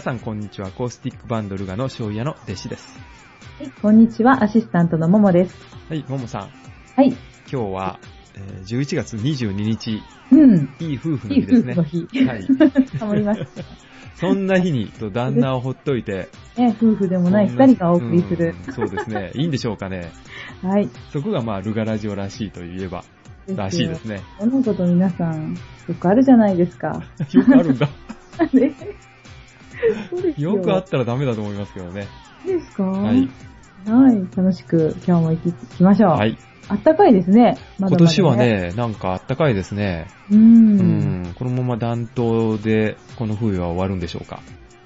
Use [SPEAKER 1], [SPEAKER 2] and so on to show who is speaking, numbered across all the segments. [SPEAKER 1] さんこんにちは。アコースティックバンドルガの醤油屋の弟子です。
[SPEAKER 2] こんにちは、アシスタントのももです。
[SPEAKER 1] はい、ももさん。
[SPEAKER 2] はい。
[SPEAKER 1] 今日は、えー11月22日、
[SPEAKER 2] うん。
[SPEAKER 1] いい夫婦の
[SPEAKER 2] いい
[SPEAKER 1] 日で
[SPEAKER 2] 夫
[SPEAKER 1] す
[SPEAKER 2] 婦
[SPEAKER 1] ね
[SPEAKER 2] の。日。
[SPEAKER 1] はい。
[SPEAKER 2] ハモりまし
[SPEAKER 1] そんな日に、と旦那をほっといて。
[SPEAKER 2] たね。夫婦でもない
[SPEAKER 1] そんな
[SPEAKER 2] 二人がお送りする。。
[SPEAKER 1] うんそうですね。いいんでしょうかね。
[SPEAKER 2] はい。
[SPEAKER 1] そこがまあ、ルガラジオらしいといえば、らしいです
[SPEAKER 2] ね。
[SPEAKER 1] ね。
[SPEAKER 2] 物事皆さん、よくあるじゃないですか。
[SPEAKER 1] よくあるんだ。
[SPEAKER 2] ねそうですよ
[SPEAKER 1] よくあったらダメだと思いますけどね。
[SPEAKER 2] いいですかは
[SPEAKER 1] はい。。
[SPEAKER 2] はい。楽しく今日も行きましょう。
[SPEAKER 1] は。い。
[SPEAKER 2] あったかいですね。まだま
[SPEAKER 1] 今
[SPEAKER 2] だ
[SPEAKER 1] 年は。ね、なんかあったかいですね。
[SPEAKER 2] う。
[SPEAKER 1] うんん。このまま暖冬で、この冬は終わるんでしょうか。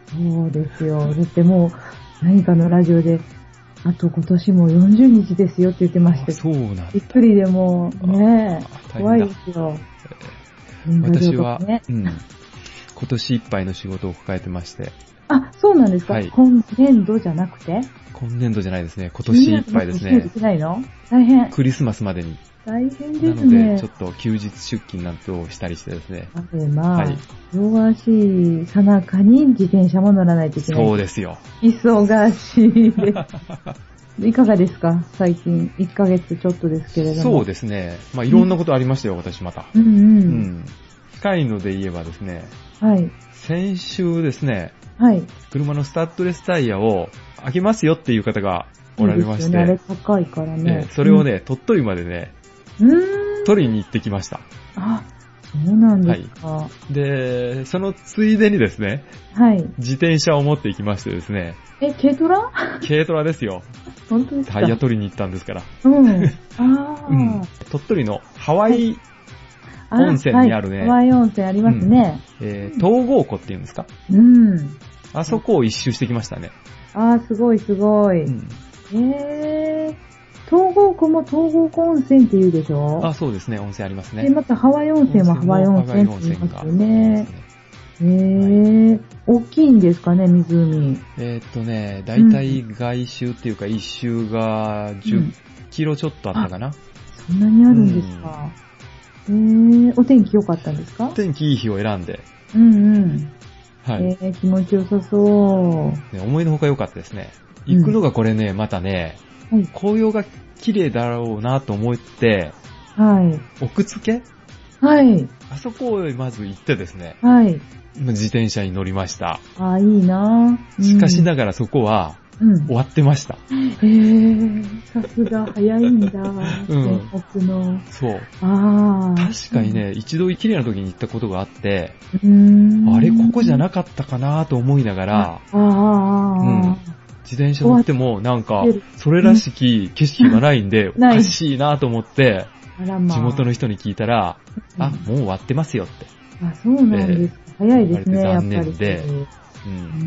[SPEAKER 2] そうですよ。だってもう、何かのラジオで、あと今年も40日ですよって言ってましたけど
[SPEAKER 1] そうなんだ
[SPEAKER 2] びっくりでもう、ね
[SPEAKER 1] あ
[SPEAKER 2] え、
[SPEAKER 1] 大
[SPEAKER 2] 怖い
[SPEAKER 1] 変
[SPEAKER 2] で
[SPEAKER 1] だ。
[SPEAKER 2] すよ。
[SPEAKER 1] 私は、
[SPEAKER 2] ね、
[SPEAKER 1] うん。今年いっぱいの仕事を抱えてまして、
[SPEAKER 2] あ、そうなんですか、
[SPEAKER 1] はい
[SPEAKER 2] 今年度じゃなくて
[SPEAKER 1] 今年度じゃないですね、今年いっぱいです
[SPEAKER 2] 12月
[SPEAKER 1] ね
[SPEAKER 2] ましないとい。けないの大変。
[SPEAKER 1] クリスマスまでに。
[SPEAKER 2] 大変
[SPEAKER 1] な
[SPEAKER 2] です
[SPEAKER 1] ので、
[SPEAKER 2] ね
[SPEAKER 1] ちょ。っと休日出勤なんてをしたりしてですね。
[SPEAKER 2] あとでまあ、
[SPEAKER 1] はい
[SPEAKER 2] 忙しいさなかに自転車も乗らないといけない。
[SPEAKER 1] そうですよ。
[SPEAKER 2] 忙しいです。い かがですか最近。1ヶ月ちょっとですけれども。
[SPEAKER 1] そうですね。まあ、いろんなことありましたよ、私また。
[SPEAKER 2] う。んう。
[SPEAKER 1] うんん。深いので言えばですね、
[SPEAKER 2] はい。
[SPEAKER 1] 先週ですね、
[SPEAKER 2] はい。
[SPEAKER 1] 車のスタッドレスタイヤを開けますよっていう方がおられま
[SPEAKER 2] いいです
[SPEAKER 1] し
[SPEAKER 2] よねあれ
[SPEAKER 1] て、
[SPEAKER 2] 高いから
[SPEAKER 1] え
[SPEAKER 2] ね。
[SPEAKER 1] えそれをね、鳥取までね、
[SPEAKER 2] うん、うーん。
[SPEAKER 1] 取りに行ってきました。
[SPEAKER 2] あ、そうなんですか。は
[SPEAKER 1] で、そのついでにですね、
[SPEAKER 2] い。
[SPEAKER 1] 自転車を持って行きましてですね、
[SPEAKER 2] え、軽トラ
[SPEAKER 1] 軽トラですよ。
[SPEAKER 2] 本当ですか
[SPEAKER 1] タイヤ取りに行ったんですから。
[SPEAKER 2] うん。あー
[SPEAKER 1] うん。鳥取のハワ
[SPEAKER 2] は
[SPEAKER 1] イ、
[SPEAKER 2] あ。
[SPEAKER 1] 温泉にあるね
[SPEAKER 2] はいハワイ温泉ありますね。
[SPEAKER 1] えー、東郷湖っていうんですか
[SPEAKER 2] うん。
[SPEAKER 1] あそこを一周してきましたね。
[SPEAKER 2] あー、すごいすごい。
[SPEAKER 1] うん。
[SPEAKER 2] へー。東郷湖も東郷湖温泉って言うでしょ
[SPEAKER 1] あ、そうですね、温泉あります
[SPEAKER 2] で、
[SPEAKER 1] ね。
[SPEAKER 2] またハワイ温泉はハワイ温泉って言いますよね。へー。大きいんですかね、湖。
[SPEAKER 1] えーっとね、だいたい外周っていうか一周が10キロちょっとあったかな。
[SPEAKER 2] そんなにあるんですか。へー。お天気良かったんですか
[SPEAKER 1] 天気いい日を選んで、
[SPEAKER 2] うんうん。
[SPEAKER 1] はい。
[SPEAKER 2] えー、気持ちよさそう。
[SPEAKER 1] ね思いのほか良かったですね。
[SPEAKER 2] うん
[SPEAKER 1] 行くのがこれね、またね、
[SPEAKER 2] はい
[SPEAKER 1] 紅葉が綺麗だろうなと思って、
[SPEAKER 2] はい。
[SPEAKER 1] 奥付け
[SPEAKER 2] はい。
[SPEAKER 1] あそこをまず行ってですね、
[SPEAKER 2] はい。
[SPEAKER 1] 自転車に乗りました。
[SPEAKER 2] あー、いいなぁ
[SPEAKER 1] しかし、ながらそこは
[SPEAKER 2] うんうん
[SPEAKER 1] 終わってました。
[SPEAKER 2] へー、さすが早いんだ。全国の。
[SPEAKER 1] そう。
[SPEAKER 2] ああ。
[SPEAKER 1] 確かに。ね、一度綺麗な時に行ったことがあって、
[SPEAKER 2] うーん。
[SPEAKER 1] あれここじゃ
[SPEAKER 2] く
[SPEAKER 1] なかったかなと思いながら、
[SPEAKER 2] あーあー、あ
[SPEAKER 1] 自転車乗ってもなんか
[SPEAKER 2] 終わってる、
[SPEAKER 1] それらしき景色がないんで、お
[SPEAKER 2] ない
[SPEAKER 1] かしいなと思って、
[SPEAKER 2] ーあらまあ。
[SPEAKER 1] 地元
[SPEAKER 2] の。
[SPEAKER 1] の人に聞いたら、あ、
[SPEAKER 2] あ、
[SPEAKER 1] もう終わってますよって。
[SPEAKER 2] そうなんですか。早いですね、や
[SPEAKER 1] 残
[SPEAKER 2] っぱ
[SPEAKER 1] 念
[SPEAKER 2] り。
[SPEAKER 1] で
[SPEAKER 2] う
[SPEAKER 1] う
[SPEAKER 2] ー
[SPEAKER 1] ん。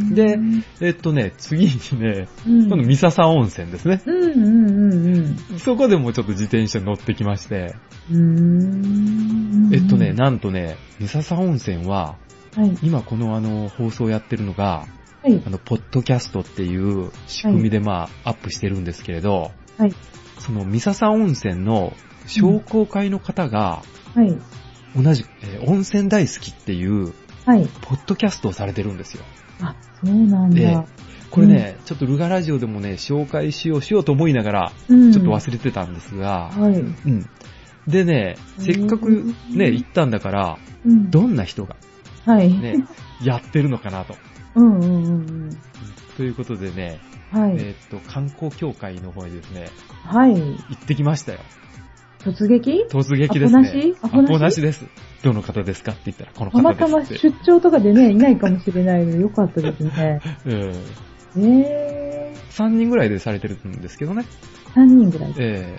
[SPEAKER 2] ん。
[SPEAKER 1] で
[SPEAKER 2] うん、
[SPEAKER 1] えっとね、次にね、
[SPEAKER 2] うん
[SPEAKER 1] 今度三笹温泉ですね。
[SPEAKER 2] うんうんうん。
[SPEAKER 1] そこでもちょっと自転車乗ってきまして、
[SPEAKER 2] うーん。
[SPEAKER 1] えっとね、なんとね、三笹温泉は、
[SPEAKER 2] はい。
[SPEAKER 1] 今このあの、放送やってるのが、
[SPEAKER 2] はい
[SPEAKER 1] あ。の、ポッドキャストっていう仕組みでまあ、アップしてるんですけれど、
[SPEAKER 2] はい。
[SPEAKER 1] その、三笹温泉の商工会の方が、
[SPEAKER 2] はい。
[SPEAKER 1] 同じ、えー温泉大好きっていう、
[SPEAKER 2] はい。
[SPEAKER 1] ポッドキャストをされてるんですよ。
[SPEAKER 2] あ、そうなん
[SPEAKER 1] ええ
[SPEAKER 2] だ。
[SPEAKER 1] これね、ちょっとルガラジオでもね、紹介しようしようと思いながら、
[SPEAKER 2] うん。
[SPEAKER 1] ちょっと忘れてたんですが、
[SPEAKER 2] はい。
[SPEAKER 1] うん。でね、せっかくね、
[SPEAKER 2] うん
[SPEAKER 1] 行ったんだから、
[SPEAKER 2] うん。
[SPEAKER 1] どんな人が
[SPEAKER 2] はい。
[SPEAKER 1] ね、やってるのかなと。
[SPEAKER 2] うんうんうんうん。
[SPEAKER 1] ということでね、
[SPEAKER 2] はい。
[SPEAKER 1] えーっと、観光協会の方にですね、
[SPEAKER 2] はい。
[SPEAKER 1] 行ってきましたよ。
[SPEAKER 2] 突撃
[SPEAKER 1] 突撃ですね。
[SPEAKER 2] アポなしアポなし
[SPEAKER 1] アです。どの方ですかって言ったら、この
[SPEAKER 2] た
[SPEAKER 1] 方
[SPEAKER 2] ま
[SPEAKER 1] です
[SPEAKER 2] たま
[SPEAKER 1] って。
[SPEAKER 2] 出張とかでね、いないかもしれないので、よかったで すね。
[SPEAKER 1] うん。
[SPEAKER 2] え
[SPEAKER 1] 3人ぐらいでされてるんですけどね。
[SPEAKER 2] ー、3人ぐらい。
[SPEAKER 1] え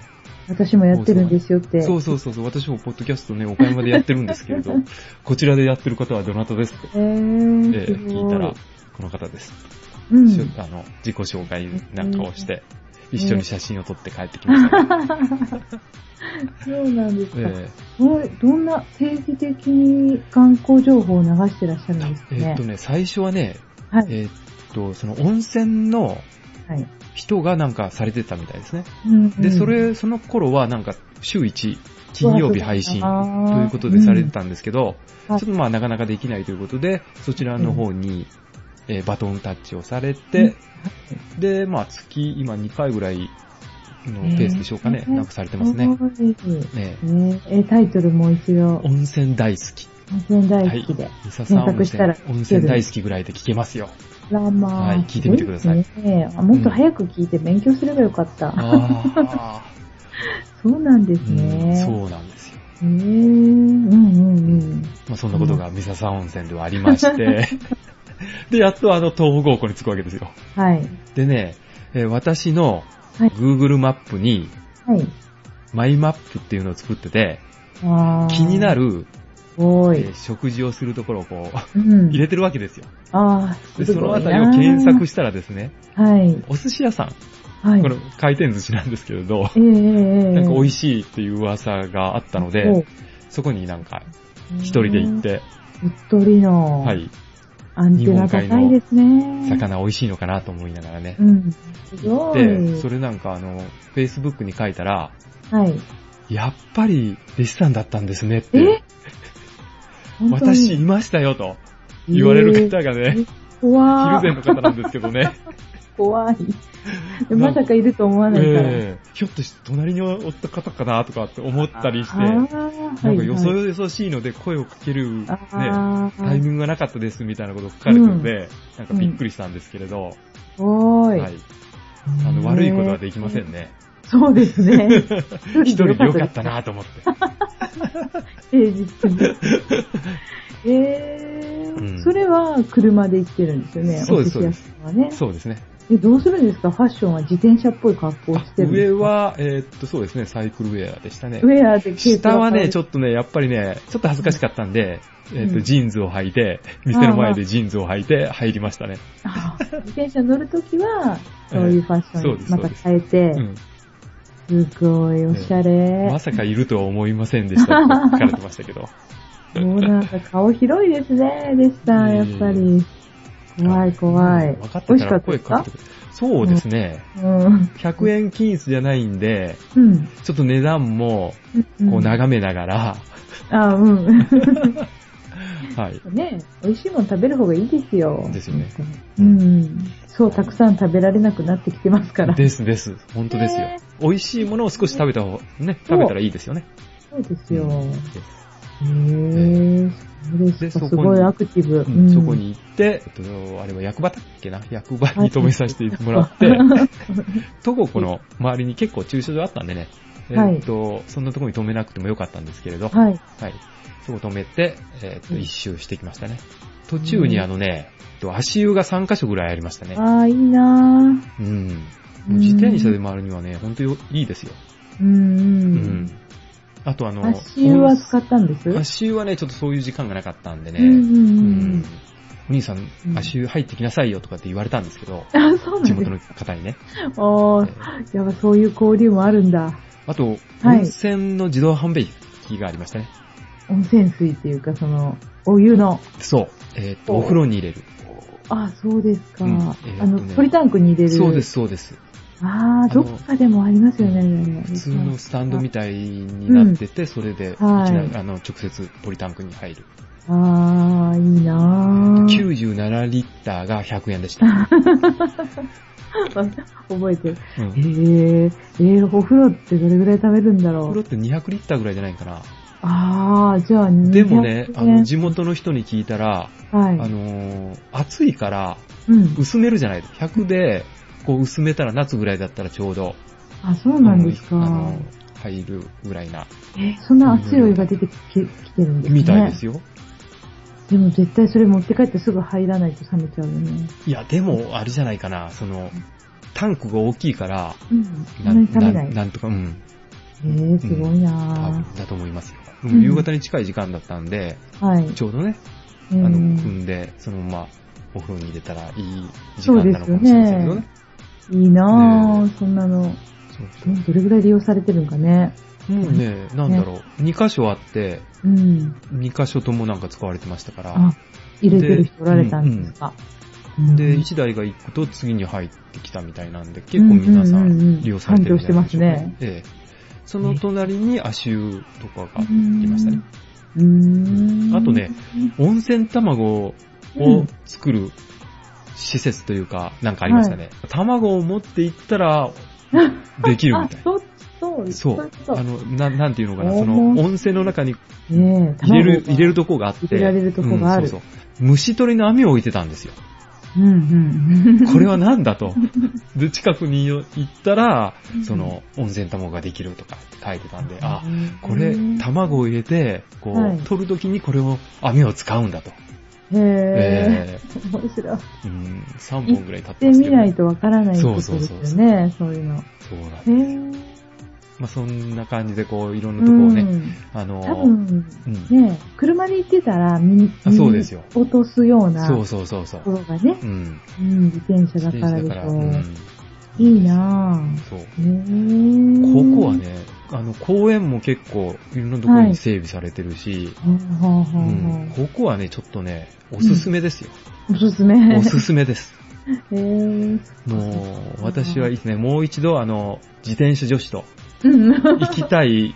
[SPEAKER 2] 私もやってるんですよっ
[SPEAKER 1] え
[SPEAKER 2] て。
[SPEAKER 1] そうそうそうそう、私もポッドキャストね、岡山でやってるんですけれど、 こちらでやってる方はどなたですって、え
[SPEAKER 2] えー、
[SPEAKER 1] え
[SPEAKER 2] すご
[SPEAKER 1] 聞いたら、この方です。
[SPEAKER 2] うん。
[SPEAKER 1] しゅあの、自己紹介なんかをして、一緒に写真を撮って帰ってきま した。
[SPEAKER 2] そうなんですか。
[SPEAKER 1] え
[SPEAKER 2] どどんな政治的に観光情報を流してらっしゃるんですか
[SPEAKER 1] え
[SPEAKER 2] ね。
[SPEAKER 1] えっとね、最初はね、
[SPEAKER 2] はい。
[SPEAKER 1] えっと、その温泉の
[SPEAKER 2] はい。
[SPEAKER 1] 人がなんかされてたみたいですね。
[SPEAKER 2] うんうん
[SPEAKER 1] で、そ、れ、その頃はなんか週1金曜日配信ということでされてたんですけど、ちょっとまあなかなかできないということで、そちらの方に、えーバトンタッチをされて、で、まあ月今2回ぐらいのペースでしょうかね、
[SPEAKER 2] えー
[SPEAKER 1] なくされてますね。
[SPEAKER 2] はい
[SPEAKER 1] ね
[SPEAKER 2] ねえ、タイトルも一応、
[SPEAKER 1] 温泉大好き。
[SPEAKER 2] 温泉大好きで。
[SPEAKER 1] い。ミサさん温
[SPEAKER 2] 検索した
[SPEAKER 1] 泉
[SPEAKER 2] ら、
[SPEAKER 1] 温泉大好きぐらいで聞けますよ。
[SPEAKER 2] ラーマー。
[SPEAKER 1] はい聞いてみてください
[SPEAKER 2] ですねあもっと早く聞いて勉強すればよかった。
[SPEAKER 1] あ
[SPEAKER 2] そうなんで
[SPEAKER 1] ー
[SPEAKER 2] す
[SPEAKER 1] うん
[SPEAKER 2] ね。
[SPEAKER 1] そうなんですよ。
[SPEAKER 2] へえうんうんうん。
[SPEAKER 1] まあ、そんなことが三笹温泉ではありまして、で、やっとあの東北高校に着くわけですよ。
[SPEAKER 2] はい。
[SPEAKER 1] でね、えー私の
[SPEAKER 2] はい
[SPEAKER 1] Google マップに、
[SPEAKER 2] はい。
[SPEAKER 1] マイマップっていうのを作ってて、
[SPEAKER 2] あー
[SPEAKER 1] 気にな。る、
[SPEAKER 2] お
[SPEAKER 1] え
[SPEAKER 2] い
[SPEAKER 1] ー。食事をするところをこう、
[SPEAKER 2] うん。
[SPEAKER 1] 入れてるわけですよ。
[SPEAKER 2] あ
[SPEAKER 1] で、
[SPEAKER 2] ー
[SPEAKER 1] そのあたりを検索
[SPEAKER 2] し
[SPEAKER 1] したらですね、
[SPEAKER 2] て。はい。
[SPEAKER 1] お寿司屋さん、
[SPEAKER 2] はい。
[SPEAKER 1] これ回転寿司なんですけれど、
[SPEAKER 2] ええええ
[SPEAKER 1] なんか美味
[SPEAKER 2] し
[SPEAKER 1] しいっていう噂があったの
[SPEAKER 2] お
[SPEAKER 1] で、そこになんか一人で行っ。て、
[SPEAKER 2] 鳥取の、
[SPEAKER 1] は。い、
[SPEAKER 2] アンテナ高いですね。。
[SPEAKER 1] 魚美味しいのかなと思いながらね
[SPEAKER 2] う、ん。すご
[SPEAKER 1] で、
[SPEAKER 2] い
[SPEAKER 1] そ。れなんかあの、Facebook に書いたら、
[SPEAKER 2] はい。
[SPEAKER 1] やっぱり弟子さんだったんですねっ
[SPEAKER 2] え
[SPEAKER 1] て、
[SPEAKER 2] 本当に
[SPEAKER 1] 私いましたよと言われる方が
[SPEAKER 2] え
[SPEAKER 1] ね
[SPEAKER 2] ー、怖
[SPEAKER 1] 昼
[SPEAKER 2] い
[SPEAKER 1] 前の方なんですけどね、
[SPEAKER 2] 怖い。まさかいると思わないから。
[SPEAKER 1] ええひょっとして隣におった方かなとかって思ったりして、
[SPEAKER 2] あ
[SPEAKER 1] なんか
[SPEAKER 2] ーはい
[SPEAKER 1] よそよそしいので声をかけるね、
[SPEAKER 2] あー
[SPEAKER 1] タイミングがなかったですみたいなこと書かれてるんで、なんかびっくりしたんですけれど、
[SPEAKER 2] おーい。
[SPEAKER 1] はい。あの、悪いことはできませんね。
[SPEAKER 2] そうです ね。
[SPEAKER 1] 一人でよかった
[SPEAKER 2] です。
[SPEAKER 1] なと 思って。
[SPEAKER 2] 平日に。え
[SPEAKER 1] う
[SPEAKER 2] ー、
[SPEAKER 1] ん
[SPEAKER 2] それは車で行ってるんですよね。
[SPEAKER 1] そうです
[SPEAKER 2] お寿司屋さんはね。
[SPEAKER 1] そうですね。
[SPEAKER 2] え、どうするんですかファッションは自転車っぽい格好
[SPEAKER 1] あ
[SPEAKER 2] してるんで
[SPEAKER 1] 上
[SPEAKER 2] すか
[SPEAKER 1] は、えーっと、そうですね、サイクルウェアでしたね。
[SPEAKER 2] 上は、で
[SPEAKER 1] 下はね、ちょ
[SPEAKER 2] っ
[SPEAKER 1] っとね、やっぱりね、ちょっと恥ずかしかったんで、えーっ
[SPEAKER 2] う
[SPEAKER 1] と、
[SPEAKER 2] ん
[SPEAKER 1] ジーンズを履いて、店の前でジーンズを履いて入りましたね。
[SPEAKER 2] と。自転車乗るとき は、そういうファッシ
[SPEAKER 1] そう
[SPEAKER 2] ョン
[SPEAKER 1] で
[SPEAKER 2] に
[SPEAKER 1] す
[SPEAKER 2] また変えて、
[SPEAKER 1] うん。
[SPEAKER 2] すごいおしゃれ。
[SPEAKER 1] まさかいるとは思いませんでした って書かれてましたけど。
[SPEAKER 2] もうなんか顔広いですね、でした、やっぱり。怖い怖い。
[SPEAKER 1] 分かってたら
[SPEAKER 2] 美
[SPEAKER 1] 声
[SPEAKER 2] 味しか
[SPEAKER 1] か
[SPEAKER 2] っ
[SPEAKER 1] け
[SPEAKER 2] た
[SPEAKER 1] てくる。そうですね。
[SPEAKER 2] ですかうん。
[SPEAKER 1] 100円均一じゃないんで、
[SPEAKER 2] うん。
[SPEAKER 1] ちょっと値段も、
[SPEAKER 2] ん
[SPEAKER 1] こう眺めながら、
[SPEAKER 2] あ、うん。
[SPEAKER 1] はい。
[SPEAKER 2] ね美味しいもの食べる方がいいですよ。
[SPEAKER 1] ですよね。
[SPEAKER 2] うん。そう、たくさん食べられなくなってきてますから。
[SPEAKER 1] ですです。本当ですよ
[SPEAKER 2] ね。
[SPEAKER 1] 美味しいものを少し食べた方、ね、食べたらいいですよね。
[SPEAKER 2] そうですよ。へ
[SPEAKER 1] うん
[SPEAKER 2] え、そうで
[SPEAKER 1] ですそこ
[SPEAKER 2] か。
[SPEAKER 1] に
[SPEAKER 2] すごいアクティブ。
[SPEAKER 1] うん
[SPEAKER 2] うん
[SPEAKER 1] そこ。に行って、えっと、あれは役場だっけな役場に止めさせてもら って、戸郷湖の周りに結構駐車場あったんでね、
[SPEAKER 2] はい
[SPEAKER 1] えっと、そんなとこに止めなくてもよかったんですけれど、は
[SPEAKER 2] はい。
[SPEAKER 1] い。そこ止めて、えっと、一周してきましたね。途
[SPEAKER 2] う
[SPEAKER 1] 中
[SPEAKER 2] ん
[SPEAKER 1] にあのね、えっと足湯が3カ所ぐらいありましたね。
[SPEAKER 2] ああ、いいなぁ
[SPEAKER 1] うん。
[SPEAKER 2] うん
[SPEAKER 1] 自転車で回るにはね、ほんとよいいですよ。
[SPEAKER 2] う
[SPEAKER 1] うんん。。あとあの、
[SPEAKER 2] 足湯は使ったんです
[SPEAKER 1] 足湯はね、ちょっとそういう時間がなかったんでね、
[SPEAKER 2] うんうん
[SPEAKER 1] う
[SPEAKER 2] うん
[SPEAKER 1] んお兄さん
[SPEAKER 2] う、ん
[SPEAKER 1] 足湯入ってきなさいよとかって言われたんですけど、
[SPEAKER 2] あ、そうなん
[SPEAKER 1] 地
[SPEAKER 2] です
[SPEAKER 1] 元の方にね。
[SPEAKER 2] おー、やっぱそういう交流もあるんだ。
[SPEAKER 1] あと、
[SPEAKER 2] はい
[SPEAKER 1] 温泉の自動販売機がありましたね。
[SPEAKER 2] 温泉水っていうか、その、お湯の。
[SPEAKER 1] そう。えーっと、
[SPEAKER 2] お
[SPEAKER 1] お風呂に入れる。
[SPEAKER 2] あ、そうですか。
[SPEAKER 1] うんえーっと
[SPEAKER 2] あの、
[SPEAKER 1] ね
[SPEAKER 2] ポリタンクに入れる。
[SPEAKER 1] そうです、。そうです。
[SPEAKER 2] ああ、どっかでもありますよね、
[SPEAKER 1] 普通のスタンドみたいになってて、それで、いき
[SPEAKER 2] はい
[SPEAKER 1] なりあの、直接ポリタンクに入る。
[SPEAKER 2] ああ、いいなー
[SPEAKER 1] 97リッターが100円で した。
[SPEAKER 2] 覚えてる。
[SPEAKER 1] うん
[SPEAKER 2] えー、えー、お風呂ってどれぐらい食べるんだ
[SPEAKER 1] お
[SPEAKER 2] ろ
[SPEAKER 1] 風呂
[SPEAKER 2] う
[SPEAKER 1] っ。て200リッターぐらいじゃないかな。
[SPEAKER 2] ああ、じゃあ、
[SPEAKER 1] でもね、
[SPEAKER 2] 200
[SPEAKER 1] あの、地元の人に聞いたら、
[SPEAKER 2] はい。
[SPEAKER 1] あのー暑いから、
[SPEAKER 2] うん。
[SPEAKER 1] 薄めるじゃない100で、こう薄めたら夏ぐらいだったらちょうど、
[SPEAKER 2] あ、そうなんです
[SPEAKER 1] あ
[SPEAKER 2] か
[SPEAKER 1] の。、入るぐらいな、
[SPEAKER 2] え、そんな熱いお湯が出てきききてるんですね。
[SPEAKER 1] みたいですよ。
[SPEAKER 2] でも絶対それ持って帰ってすぐ入らないと冷めちゃうよね。
[SPEAKER 1] いや、でも、あれじゃないかな、その、タンクが大きいから、
[SPEAKER 2] うん。そ
[SPEAKER 1] なん
[SPEAKER 2] なに冷め
[SPEAKER 1] な
[SPEAKER 2] なんい。
[SPEAKER 1] なんとか、うん、
[SPEAKER 2] えー、すごい
[SPEAKER 1] 多
[SPEAKER 2] な
[SPEAKER 1] 分だと思いますよ。
[SPEAKER 2] ん
[SPEAKER 1] うん夕方に近い時間だったんで、
[SPEAKER 2] ぁ。はい。
[SPEAKER 1] ちょうどね、あ
[SPEAKER 2] あ
[SPEAKER 1] の、組んで、そのまま、お風呂に入れたらいい時間なのかもしれませんけどね。
[SPEAKER 2] いいなぁ、
[SPEAKER 1] ね
[SPEAKER 2] そんなの。
[SPEAKER 1] そうそう
[SPEAKER 2] どれぐらい利用されてるんかね。
[SPEAKER 1] もうね、なんだろう、2箇所あって、
[SPEAKER 2] うん。
[SPEAKER 1] 2箇所ともなんか使われてましたから、
[SPEAKER 2] あ、入れてる人おられたんですか。うん
[SPEAKER 1] で、1台が行くと次に入ってきたみたいなんで、結構皆さ
[SPEAKER 2] うんうんうんうん
[SPEAKER 1] ん利用されてるんじゃないでしょうか
[SPEAKER 2] 繁盛してますね
[SPEAKER 1] ええその隣に足湯とかがありましたね。
[SPEAKER 2] うーん。
[SPEAKER 1] あとね、温泉卵を作る施設というか、なんかありましたね。卵を持って行ったら、できるみたい
[SPEAKER 2] あ、そう、 そう、
[SPEAKER 1] そう。
[SPEAKER 2] そう
[SPEAKER 1] あの、な、なんていうのかな、
[SPEAKER 2] お
[SPEAKER 1] そ
[SPEAKER 2] ー
[SPEAKER 1] の、温泉の中に
[SPEAKER 2] ねえ
[SPEAKER 1] 入れる、入れ
[SPEAKER 2] る。
[SPEAKER 1] るとこがあって。
[SPEAKER 2] 入れられるとこがある
[SPEAKER 1] うんそうそう。虫取りの網を置いてたんですよ。
[SPEAKER 2] うんうん。
[SPEAKER 1] これはなんだ と。で、近くに行ったら、その、温泉卵ができるとかって書いてたんで、あ、これ、卵を入れて、こ、
[SPEAKER 2] はいう
[SPEAKER 1] 取るときにこれを、網を使うんだと。
[SPEAKER 2] へえ。
[SPEAKER 1] え
[SPEAKER 2] 面白い。
[SPEAKER 1] えうん、3本ぐらい経って
[SPEAKER 2] で、
[SPEAKER 1] ます
[SPEAKER 2] 見
[SPEAKER 1] けど。
[SPEAKER 2] ないとわからないことです
[SPEAKER 1] そ
[SPEAKER 2] よ
[SPEAKER 1] うそうそう
[SPEAKER 2] ね、そういうの。へ
[SPEAKER 1] そうなんです。
[SPEAKER 2] ぇ
[SPEAKER 1] まあ、そんな感じで、こう、いろんなとこをね、
[SPEAKER 2] ん。
[SPEAKER 1] あの、
[SPEAKER 2] 多分、
[SPEAKER 1] うん、
[SPEAKER 2] ね、車で行ってたら見、見
[SPEAKER 1] あそうですよ
[SPEAKER 2] 落とすような
[SPEAKER 1] そう
[SPEAKER 2] と
[SPEAKER 1] そうそうそう
[SPEAKER 2] こ。ろがね、
[SPEAKER 1] うん。
[SPEAKER 2] うん、自転車だ
[SPEAKER 1] 自
[SPEAKER 2] か
[SPEAKER 1] 転車
[SPEAKER 2] らでし
[SPEAKER 1] だから、
[SPEAKER 2] ょ
[SPEAKER 1] う
[SPEAKER 2] う。
[SPEAKER 1] ん。
[SPEAKER 2] いいなぁ。
[SPEAKER 1] そう。
[SPEAKER 2] へぇ
[SPEAKER 1] ここは、ね、あの、公園も結構、いろんなところに整備されてるし、
[SPEAKER 2] はあはあはあ
[SPEAKER 1] うん
[SPEAKER 2] は
[SPEAKER 1] ここはね、ちょっとね、おすすめ ですよ。
[SPEAKER 2] あおすすめ。へ
[SPEAKER 1] おすすめです。
[SPEAKER 2] ぇ
[SPEAKER 1] もう、私はいいですね、もう一度、あの、自転車女子と
[SPEAKER 2] うん。
[SPEAKER 1] 行きたい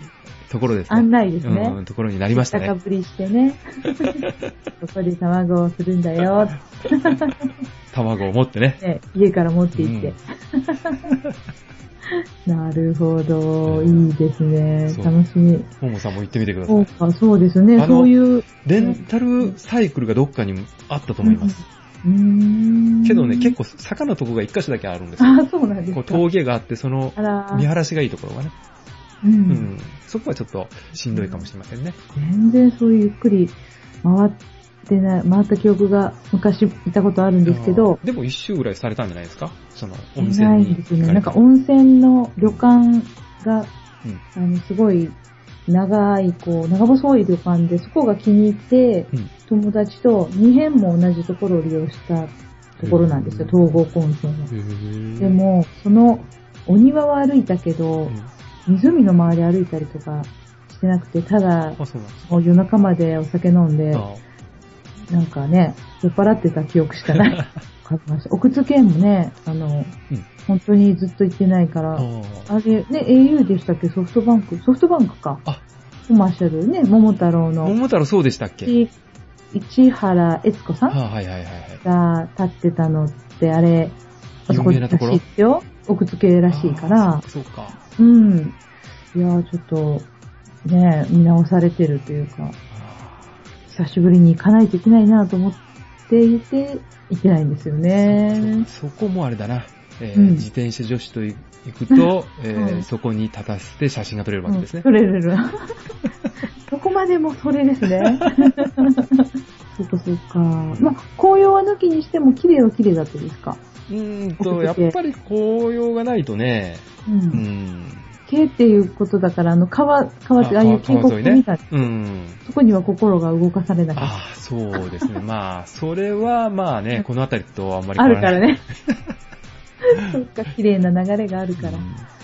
[SPEAKER 1] ところです
[SPEAKER 2] 案
[SPEAKER 1] ね。
[SPEAKER 2] 内ですね。
[SPEAKER 1] うん、ところになりました
[SPEAKER 2] 高
[SPEAKER 1] ね。
[SPEAKER 2] ぶりし てね。ここで卵をするんだよ。
[SPEAKER 1] 卵を持ってね。
[SPEAKER 2] ね、家から持って行って。 なるほど。いいですね
[SPEAKER 1] そ。う
[SPEAKER 2] 楽しみ。
[SPEAKER 1] ももさんも行ってみてくださ
[SPEAKER 2] そう
[SPEAKER 1] い。
[SPEAKER 2] か、そうですね。
[SPEAKER 1] あの
[SPEAKER 2] そういう。う
[SPEAKER 1] レンタルサイクルがどっかにあったと思います。
[SPEAKER 2] ーん。
[SPEAKER 1] けどね、結構坂のとこが一箇所だけあるんですよ。
[SPEAKER 2] あ、そうなんです
[SPEAKER 1] こう
[SPEAKER 2] か。
[SPEAKER 1] 峠があって、その
[SPEAKER 2] あら
[SPEAKER 1] 見、晴らしがいいところがね。
[SPEAKER 2] う。
[SPEAKER 1] うんん。そこはちょっとしんどいかもしれませんね。
[SPEAKER 2] 全然そういうゆっくり回ってない、回った記憶が昔いたことあるんですけど
[SPEAKER 1] あ、ーでも一周ぐらいされたんじゃないですかその温泉
[SPEAKER 2] ない
[SPEAKER 1] に
[SPEAKER 2] んですよね。なんか
[SPEAKER 1] 温
[SPEAKER 2] 温泉の旅館
[SPEAKER 1] う
[SPEAKER 2] が、
[SPEAKER 1] ん
[SPEAKER 2] あの、すごい長い、こう、長細い旅館で、そこが気に入って、
[SPEAKER 1] うん
[SPEAKER 2] 友達と2編も同じところを利用したところなんですよ、統合温泉は。
[SPEAKER 1] 泉
[SPEAKER 2] で、も、その、お庭は歩いたけど
[SPEAKER 1] う、ん
[SPEAKER 2] 湖の周り歩いたりとかしてなくて、ただ、
[SPEAKER 1] あ、そうなんです
[SPEAKER 2] もう夜中までお酒飲んで、
[SPEAKER 1] か。
[SPEAKER 2] なんかね、酔っ払ってた記憶しかない。 買いました。奥津県もね、あの、
[SPEAKER 1] うん
[SPEAKER 2] 本当にずっと行ってないから、
[SPEAKER 1] あ
[SPEAKER 2] あ
[SPEAKER 1] ー
[SPEAKER 2] れ、ね、au でしたっけソフトバンクソフトバンクか。
[SPEAKER 1] あ
[SPEAKER 2] コマーシャルね、桃太郎
[SPEAKER 1] あー。
[SPEAKER 2] の、
[SPEAKER 1] 桃太郎そうでしたっけ
[SPEAKER 2] 市市原悦子さん
[SPEAKER 1] あーはいはいはいはい。
[SPEAKER 2] が立ってたのって、あれ、あそこ
[SPEAKER 1] 有名
[SPEAKER 2] ら
[SPEAKER 1] な
[SPEAKER 2] し
[SPEAKER 1] と
[SPEAKER 2] い
[SPEAKER 1] ころ
[SPEAKER 2] ですよ。奥津系らしいから
[SPEAKER 1] あー、そうか。そうか
[SPEAKER 2] うん。いやー、ちょっと、ね、見直されてるというか、
[SPEAKER 1] あ
[SPEAKER 2] 久しぶりに行かないといけないなと思っていて、行ってないんですよね
[SPEAKER 1] ー。そこもあれだな。えー
[SPEAKER 2] うん
[SPEAKER 1] 自転車女子と行く と、えー
[SPEAKER 2] はい
[SPEAKER 1] そこに立たせて写真が撮れるわけですね。
[SPEAKER 2] それれる。 そこまでもそれです ね。そうかそうか。まあ、紅葉は抜きにしても綺麗は綺麗だったですか。
[SPEAKER 1] うーんと、やっぱり紅葉がないとね、
[SPEAKER 2] う。
[SPEAKER 1] うんん。
[SPEAKER 2] 綺、麗、っていうことだから、あの、川、川って、ああいう渓
[SPEAKER 1] 川
[SPEAKER 2] 谷
[SPEAKER 1] 沿い
[SPEAKER 2] み
[SPEAKER 1] ね
[SPEAKER 2] たいな、。
[SPEAKER 1] うん。
[SPEAKER 2] そこには心が動かされなかっ
[SPEAKER 1] ああ、そうですね。まあ、それはまあ ね、この辺りとあんまり
[SPEAKER 2] た。あ
[SPEAKER 1] 変
[SPEAKER 2] る
[SPEAKER 1] わ
[SPEAKER 2] からら
[SPEAKER 1] ない。
[SPEAKER 2] ね。 そっか、綺麗な流れがあるから。
[SPEAKER 1] うん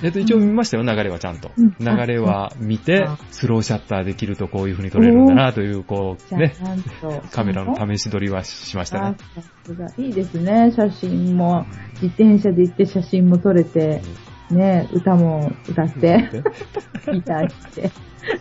[SPEAKER 1] えっと、一応見ましたよ、流れはちゃんと。
[SPEAKER 2] うん
[SPEAKER 1] 流れは見て
[SPEAKER 2] あ、
[SPEAKER 1] スローシャッターできるとこういう風に撮れるんだなという、こう、
[SPEAKER 2] じゃあ、
[SPEAKER 1] ね、
[SPEAKER 2] ちゃんと。
[SPEAKER 1] カメラの試し撮りはしました
[SPEAKER 2] あ
[SPEAKER 1] ね。
[SPEAKER 2] さすが。いいですね。写真も、自転車で行って写真も撮れて、ね、歌も歌って、 ギターして、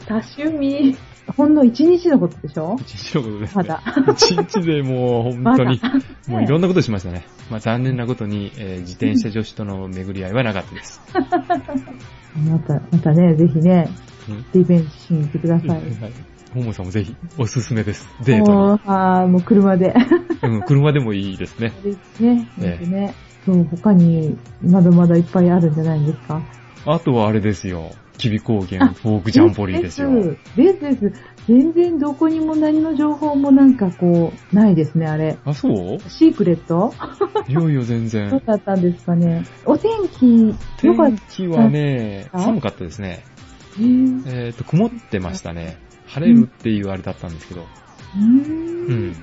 [SPEAKER 2] 多趣味。ほんの一日のことでしょ
[SPEAKER 1] 一日のことです
[SPEAKER 2] ま
[SPEAKER 1] ね。
[SPEAKER 2] だ。
[SPEAKER 1] 一日でもう本当に
[SPEAKER 2] ま、
[SPEAKER 1] もういろんなことしましたね。まあ残念なことに、えー自転車女子との巡り合いはなかったです。
[SPEAKER 2] また、またね、ぜひね、
[SPEAKER 1] うん
[SPEAKER 2] リベンジしに行ってください。
[SPEAKER 1] はい。ホモさんもぜひ、おすすめです。デート
[SPEAKER 2] もうあーもう車で。
[SPEAKER 1] に。うん、車でもいいですね。
[SPEAKER 2] ね、
[SPEAKER 1] ええ
[SPEAKER 2] ね。そう、他に、まだまだいっぱいあるんじゃないですか。
[SPEAKER 1] あとはあれですよ。キビ高原フォークジャンボリーですよ。
[SPEAKER 2] ですですです。全然どこにも何の情報もなんかこう、ないですね、あれ。
[SPEAKER 1] あ、そう
[SPEAKER 2] シークレット
[SPEAKER 1] いよいよ全
[SPEAKER 2] どう
[SPEAKER 1] 然。
[SPEAKER 2] だったんですかね。お天気、よかっ
[SPEAKER 1] 天
[SPEAKER 2] た。
[SPEAKER 1] 気はね、
[SPEAKER 2] あ
[SPEAKER 1] 寒かったですね。
[SPEAKER 2] へー
[SPEAKER 1] えっ、と、曇ってましたね。晴れるっていうあれだったんですけど。
[SPEAKER 2] うーん
[SPEAKER 1] うん。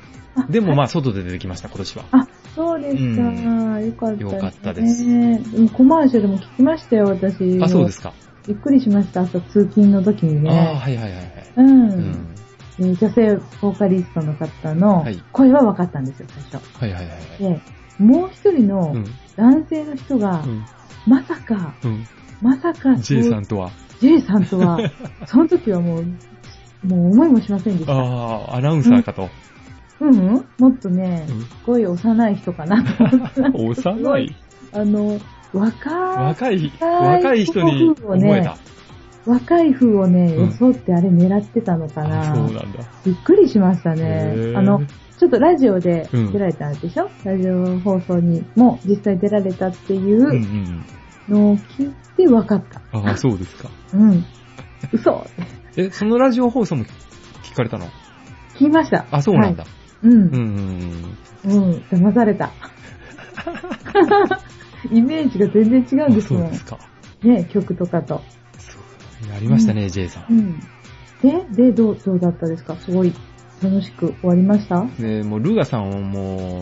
[SPEAKER 1] でもまあ、外で出てきました、今年は。
[SPEAKER 2] あ、そうですか。
[SPEAKER 1] う
[SPEAKER 2] よかった、ね。
[SPEAKER 1] よかったです
[SPEAKER 2] でもコマーシャルも聞きましたよ、私。
[SPEAKER 1] あ、そうですか。
[SPEAKER 2] びっくりしました、朝通勤の時に
[SPEAKER 1] ああ、
[SPEAKER 2] ね。
[SPEAKER 1] はいはいはいはい。
[SPEAKER 2] う、
[SPEAKER 1] うんん。
[SPEAKER 2] えー女性ボーカリストの方の
[SPEAKER 1] はい
[SPEAKER 2] 声は分かったんですよ、最初。
[SPEAKER 1] はいはいはいはい。
[SPEAKER 2] で、もう一人の
[SPEAKER 1] うん。
[SPEAKER 2] 男性の人が、
[SPEAKER 1] うん。
[SPEAKER 2] まさか、
[SPEAKER 1] うん。
[SPEAKER 2] まさか、
[SPEAKER 1] J さんとは。
[SPEAKER 2] J さん とは、その時はもう、もう思いもしませんでした。
[SPEAKER 1] ああ、アナウンサーかと。
[SPEAKER 2] うん、うん、もっとね、
[SPEAKER 1] うん
[SPEAKER 2] すごい幼い人かなと思って。
[SPEAKER 1] 幼い
[SPEAKER 2] あの、若い、
[SPEAKER 1] 若い、若い人に思えた。
[SPEAKER 2] 若い風をね、
[SPEAKER 1] うん
[SPEAKER 2] 装ってあれ狙ってたのか
[SPEAKER 1] あ
[SPEAKER 2] な。
[SPEAKER 1] そうなんだ。
[SPEAKER 2] びっくりしました
[SPEAKER 1] へ
[SPEAKER 2] ね。
[SPEAKER 1] ー
[SPEAKER 2] あの、ちょっとラジオで
[SPEAKER 1] うん
[SPEAKER 2] 出られたんでしょ、ラジオ放送にも実際出られたってい
[SPEAKER 1] うんう。
[SPEAKER 2] うんのを聞いて分かった。
[SPEAKER 1] ああ、そうですか。
[SPEAKER 2] うん。嘘
[SPEAKER 1] え、そのラジオ放送も聞かれたの
[SPEAKER 2] 聞きました。
[SPEAKER 1] あ、そうなんだ。
[SPEAKER 2] はい。うん。
[SPEAKER 1] うんうん
[SPEAKER 2] うん、騙され た。イメージが全然
[SPEAKER 1] う
[SPEAKER 2] 違う
[SPEAKER 1] ん。
[SPEAKER 2] んで
[SPEAKER 1] あ
[SPEAKER 2] す
[SPEAKER 1] そう
[SPEAKER 2] も
[SPEAKER 1] で
[SPEAKER 2] ん
[SPEAKER 1] す。か。
[SPEAKER 2] ね、曲とかと。
[SPEAKER 1] そう。やりましたね、J さん
[SPEAKER 2] う。ん。で、で、どう、どうだったですかすごい楽しく終わりました
[SPEAKER 1] ねもうルーガさんをも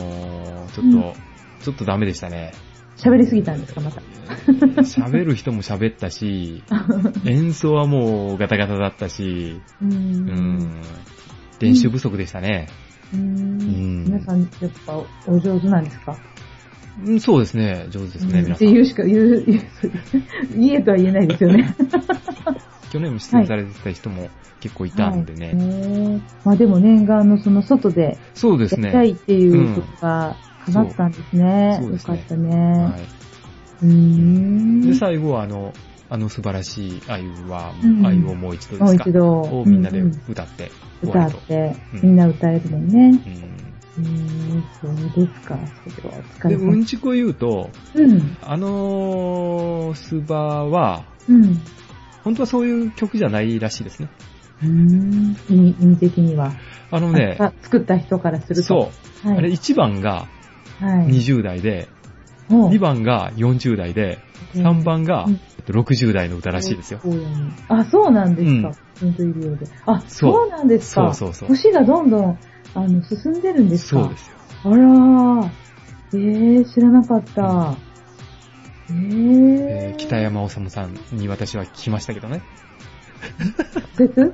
[SPEAKER 1] う、ちょっと、
[SPEAKER 2] うん
[SPEAKER 1] ちょっとダメでした ね。
[SPEAKER 2] 喋りすぎたんですかまた。
[SPEAKER 1] 喋る人も喋った し、演奏はもうガタガタだったし、
[SPEAKER 2] う。
[SPEAKER 1] うんん。練習不足でしたね。
[SPEAKER 2] う
[SPEAKER 1] うん
[SPEAKER 2] ん。皆さん、やっぱお上手なんですか
[SPEAKER 1] うん、そうですね。上手ですね、
[SPEAKER 2] うん
[SPEAKER 1] 皆
[SPEAKER 2] っ
[SPEAKER 1] さ
[SPEAKER 2] て
[SPEAKER 1] ん。
[SPEAKER 2] 言うしか、言う、 言う言えとは言えないですよね。
[SPEAKER 1] 去年も出演されてた人も結構いたんでね。
[SPEAKER 2] はいへーまあでも念願のその外で
[SPEAKER 1] そうで
[SPEAKER 2] や
[SPEAKER 1] す
[SPEAKER 2] りた
[SPEAKER 1] ね。
[SPEAKER 2] いっていうことが叶ったんですね。
[SPEAKER 1] そうそうで
[SPEAKER 2] よ
[SPEAKER 1] す
[SPEAKER 2] か
[SPEAKER 1] ね
[SPEAKER 2] ったね
[SPEAKER 1] は。
[SPEAKER 2] うーん。
[SPEAKER 1] い。で、最後はあの、あの素晴らしい愛は、
[SPEAKER 2] うん
[SPEAKER 1] 愛をもう一度で
[SPEAKER 2] もう
[SPEAKER 1] すか
[SPEAKER 2] 一。度、
[SPEAKER 1] をみんなで
[SPEAKER 2] うん
[SPEAKER 1] 歌って終
[SPEAKER 2] 歌
[SPEAKER 1] わ
[SPEAKER 2] っ
[SPEAKER 1] りと。
[SPEAKER 2] て、
[SPEAKER 1] うん
[SPEAKER 2] みんな歌えるもんね。
[SPEAKER 1] うん
[SPEAKER 2] うーん、そうですか。それはお疲
[SPEAKER 1] で、
[SPEAKER 2] れ
[SPEAKER 1] う
[SPEAKER 2] 様。
[SPEAKER 1] んちくを言うと、
[SPEAKER 2] うん、
[SPEAKER 1] あのー、スバは、
[SPEAKER 2] うん。
[SPEAKER 1] 本当はそういう曲じゃないらしいですね。
[SPEAKER 2] うーん、意味意味的には。
[SPEAKER 1] あのね、
[SPEAKER 2] あ作った人からすると。
[SPEAKER 1] そう、
[SPEAKER 2] う。はい、
[SPEAKER 1] あれ1番が
[SPEAKER 2] はい、
[SPEAKER 1] 20代で、
[SPEAKER 2] もう
[SPEAKER 1] 2番が40代で、
[SPEAKER 2] うん
[SPEAKER 1] 3番が
[SPEAKER 2] うん
[SPEAKER 1] えっと60代の歌らしいですよ。
[SPEAKER 2] そうよねあ、そうなんですか。本当いるようで。あ、
[SPEAKER 1] そう
[SPEAKER 2] そうなんですか。
[SPEAKER 1] そうそうそう
[SPEAKER 2] 年がどんどん、あの、進んでるんですか
[SPEAKER 1] そうですよ。
[SPEAKER 2] あらー。えー、知らなかった。えー。
[SPEAKER 1] えー北山治さんに私は聞きましたけどね。
[SPEAKER 2] 別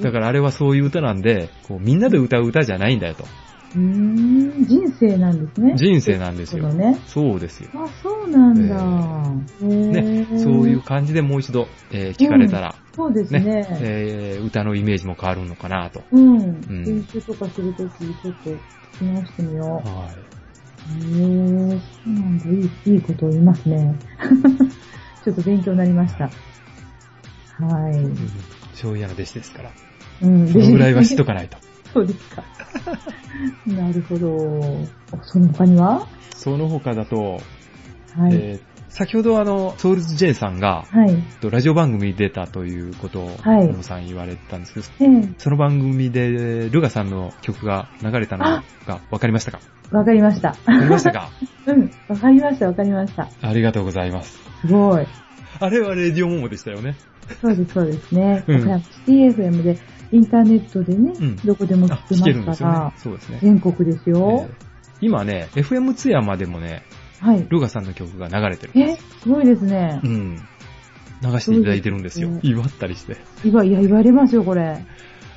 [SPEAKER 1] だからあれはそういう歌なんで、こうみんなで歌う歌じゃないんだよと。
[SPEAKER 2] うーん、人生なんですね。
[SPEAKER 1] 人生なんですよ
[SPEAKER 2] なるほどね。
[SPEAKER 1] そうですよ。
[SPEAKER 2] あ、そうなんだ。へ
[SPEAKER 1] ね
[SPEAKER 2] ー、
[SPEAKER 1] そういう。感じでもう一度、えー聞かれたら、
[SPEAKER 2] そうです
[SPEAKER 1] ね
[SPEAKER 2] ね。
[SPEAKER 1] えー歌のイメージも変わるのかなと。
[SPEAKER 2] うん。
[SPEAKER 1] ん
[SPEAKER 2] 練習とかするとき、ちょっと聞き直してみよう。へ
[SPEAKER 1] はい。
[SPEAKER 2] ー、そうなんだ。いい、いいことを言いますね。 ちょっと勉強になりました。はい。
[SPEAKER 1] 醤油屋の弟子です から。
[SPEAKER 2] うん。
[SPEAKER 1] そのぐらいは知っとかないと。
[SPEAKER 2] そうですか。なるほど。その他には
[SPEAKER 1] その他だと、
[SPEAKER 2] はい。
[SPEAKER 1] えー先ほどあの、ソウルズ J さんが、
[SPEAKER 2] はい。
[SPEAKER 1] えっとラジオ番組に出たということを、
[SPEAKER 2] はい
[SPEAKER 1] 小野さん言われてたんですけど、
[SPEAKER 2] ええ
[SPEAKER 1] その番組で、ルガさんの曲が流れたのが分かりましたか
[SPEAKER 2] わかりました。
[SPEAKER 1] 分かりましたか
[SPEAKER 2] うん。わかりました、わかりました。
[SPEAKER 1] ありがとうございます。
[SPEAKER 2] すごい。
[SPEAKER 1] あれはレディオモモでしたよね。
[SPEAKER 2] そうです、そうですね。
[SPEAKER 1] うん
[SPEAKER 2] 岡山 CFM で、インターネットでね、
[SPEAKER 1] うん
[SPEAKER 2] どこでも
[SPEAKER 1] あ
[SPEAKER 2] 聞、
[SPEAKER 1] 聞け
[SPEAKER 2] け
[SPEAKER 1] るんで
[SPEAKER 2] ます
[SPEAKER 1] す
[SPEAKER 2] か
[SPEAKER 1] よね
[SPEAKER 2] ら。、
[SPEAKER 1] そうですね。
[SPEAKER 2] 全国です
[SPEAKER 1] え
[SPEAKER 2] よ
[SPEAKER 1] ー。今ね、FM 津山でもね、
[SPEAKER 2] はい。
[SPEAKER 1] ルガさんの曲が流れてるんで
[SPEAKER 2] え
[SPEAKER 1] す。、
[SPEAKER 2] すごいですね
[SPEAKER 1] う。ん。流していただいてるんですよ
[SPEAKER 2] そう。です
[SPEAKER 1] 祝ったりして。
[SPEAKER 2] いわ、いや、言われますよ、これ。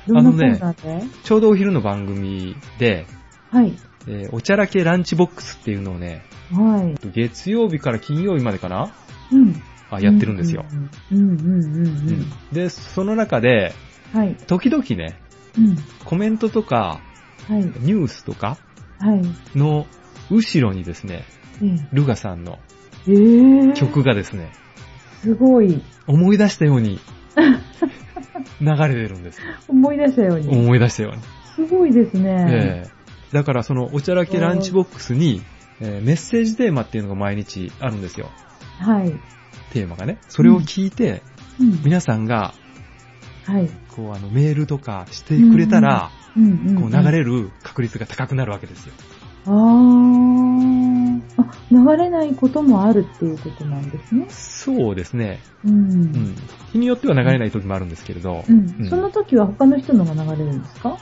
[SPEAKER 2] どんなコーナーで、
[SPEAKER 1] ちょうどお昼の番組で、
[SPEAKER 2] はい。
[SPEAKER 1] えーおちゃらけランチボックスっていうのをね、
[SPEAKER 2] は。
[SPEAKER 1] 月曜日から金曜日までかない
[SPEAKER 2] うん。
[SPEAKER 1] あやってるんですよ。
[SPEAKER 2] うん。うん、うん、うん、うん。うん
[SPEAKER 1] で、その中で、
[SPEAKER 2] はい。
[SPEAKER 1] 時々ね、
[SPEAKER 2] うん。
[SPEAKER 1] コメントとか、
[SPEAKER 2] はい。
[SPEAKER 1] ニュースとか
[SPEAKER 2] はい。
[SPEAKER 1] の後ろにですね、
[SPEAKER 2] え
[SPEAKER 1] ルガさんの
[SPEAKER 2] ええー。
[SPEAKER 1] 曲がですね、
[SPEAKER 2] すごい。
[SPEAKER 1] 思い出したよう に流れてるんです。
[SPEAKER 2] 思い出したように。
[SPEAKER 1] 思い出したように。
[SPEAKER 2] すごいですね。
[SPEAKER 1] ええだからそのおちゃらけランチボックスに、えーメッセージテーマっていうのが毎日あるんですよ。
[SPEAKER 2] はい。
[SPEAKER 1] テーマがね。それを聞いて、
[SPEAKER 2] うん。
[SPEAKER 1] 皆さんが、
[SPEAKER 2] はい。
[SPEAKER 1] こうあのメールとかしてくれたら、
[SPEAKER 2] うん、うん。
[SPEAKER 1] こう流れる確率が高くなるわけですよ。
[SPEAKER 2] あーあ、流れないこともあるっていうことなんですね。
[SPEAKER 1] そうですね。
[SPEAKER 2] う。
[SPEAKER 1] うんん。日によっては流れない時もあるんですけれど、
[SPEAKER 2] うん。
[SPEAKER 1] うん
[SPEAKER 2] その時は他の人のが流れるんですか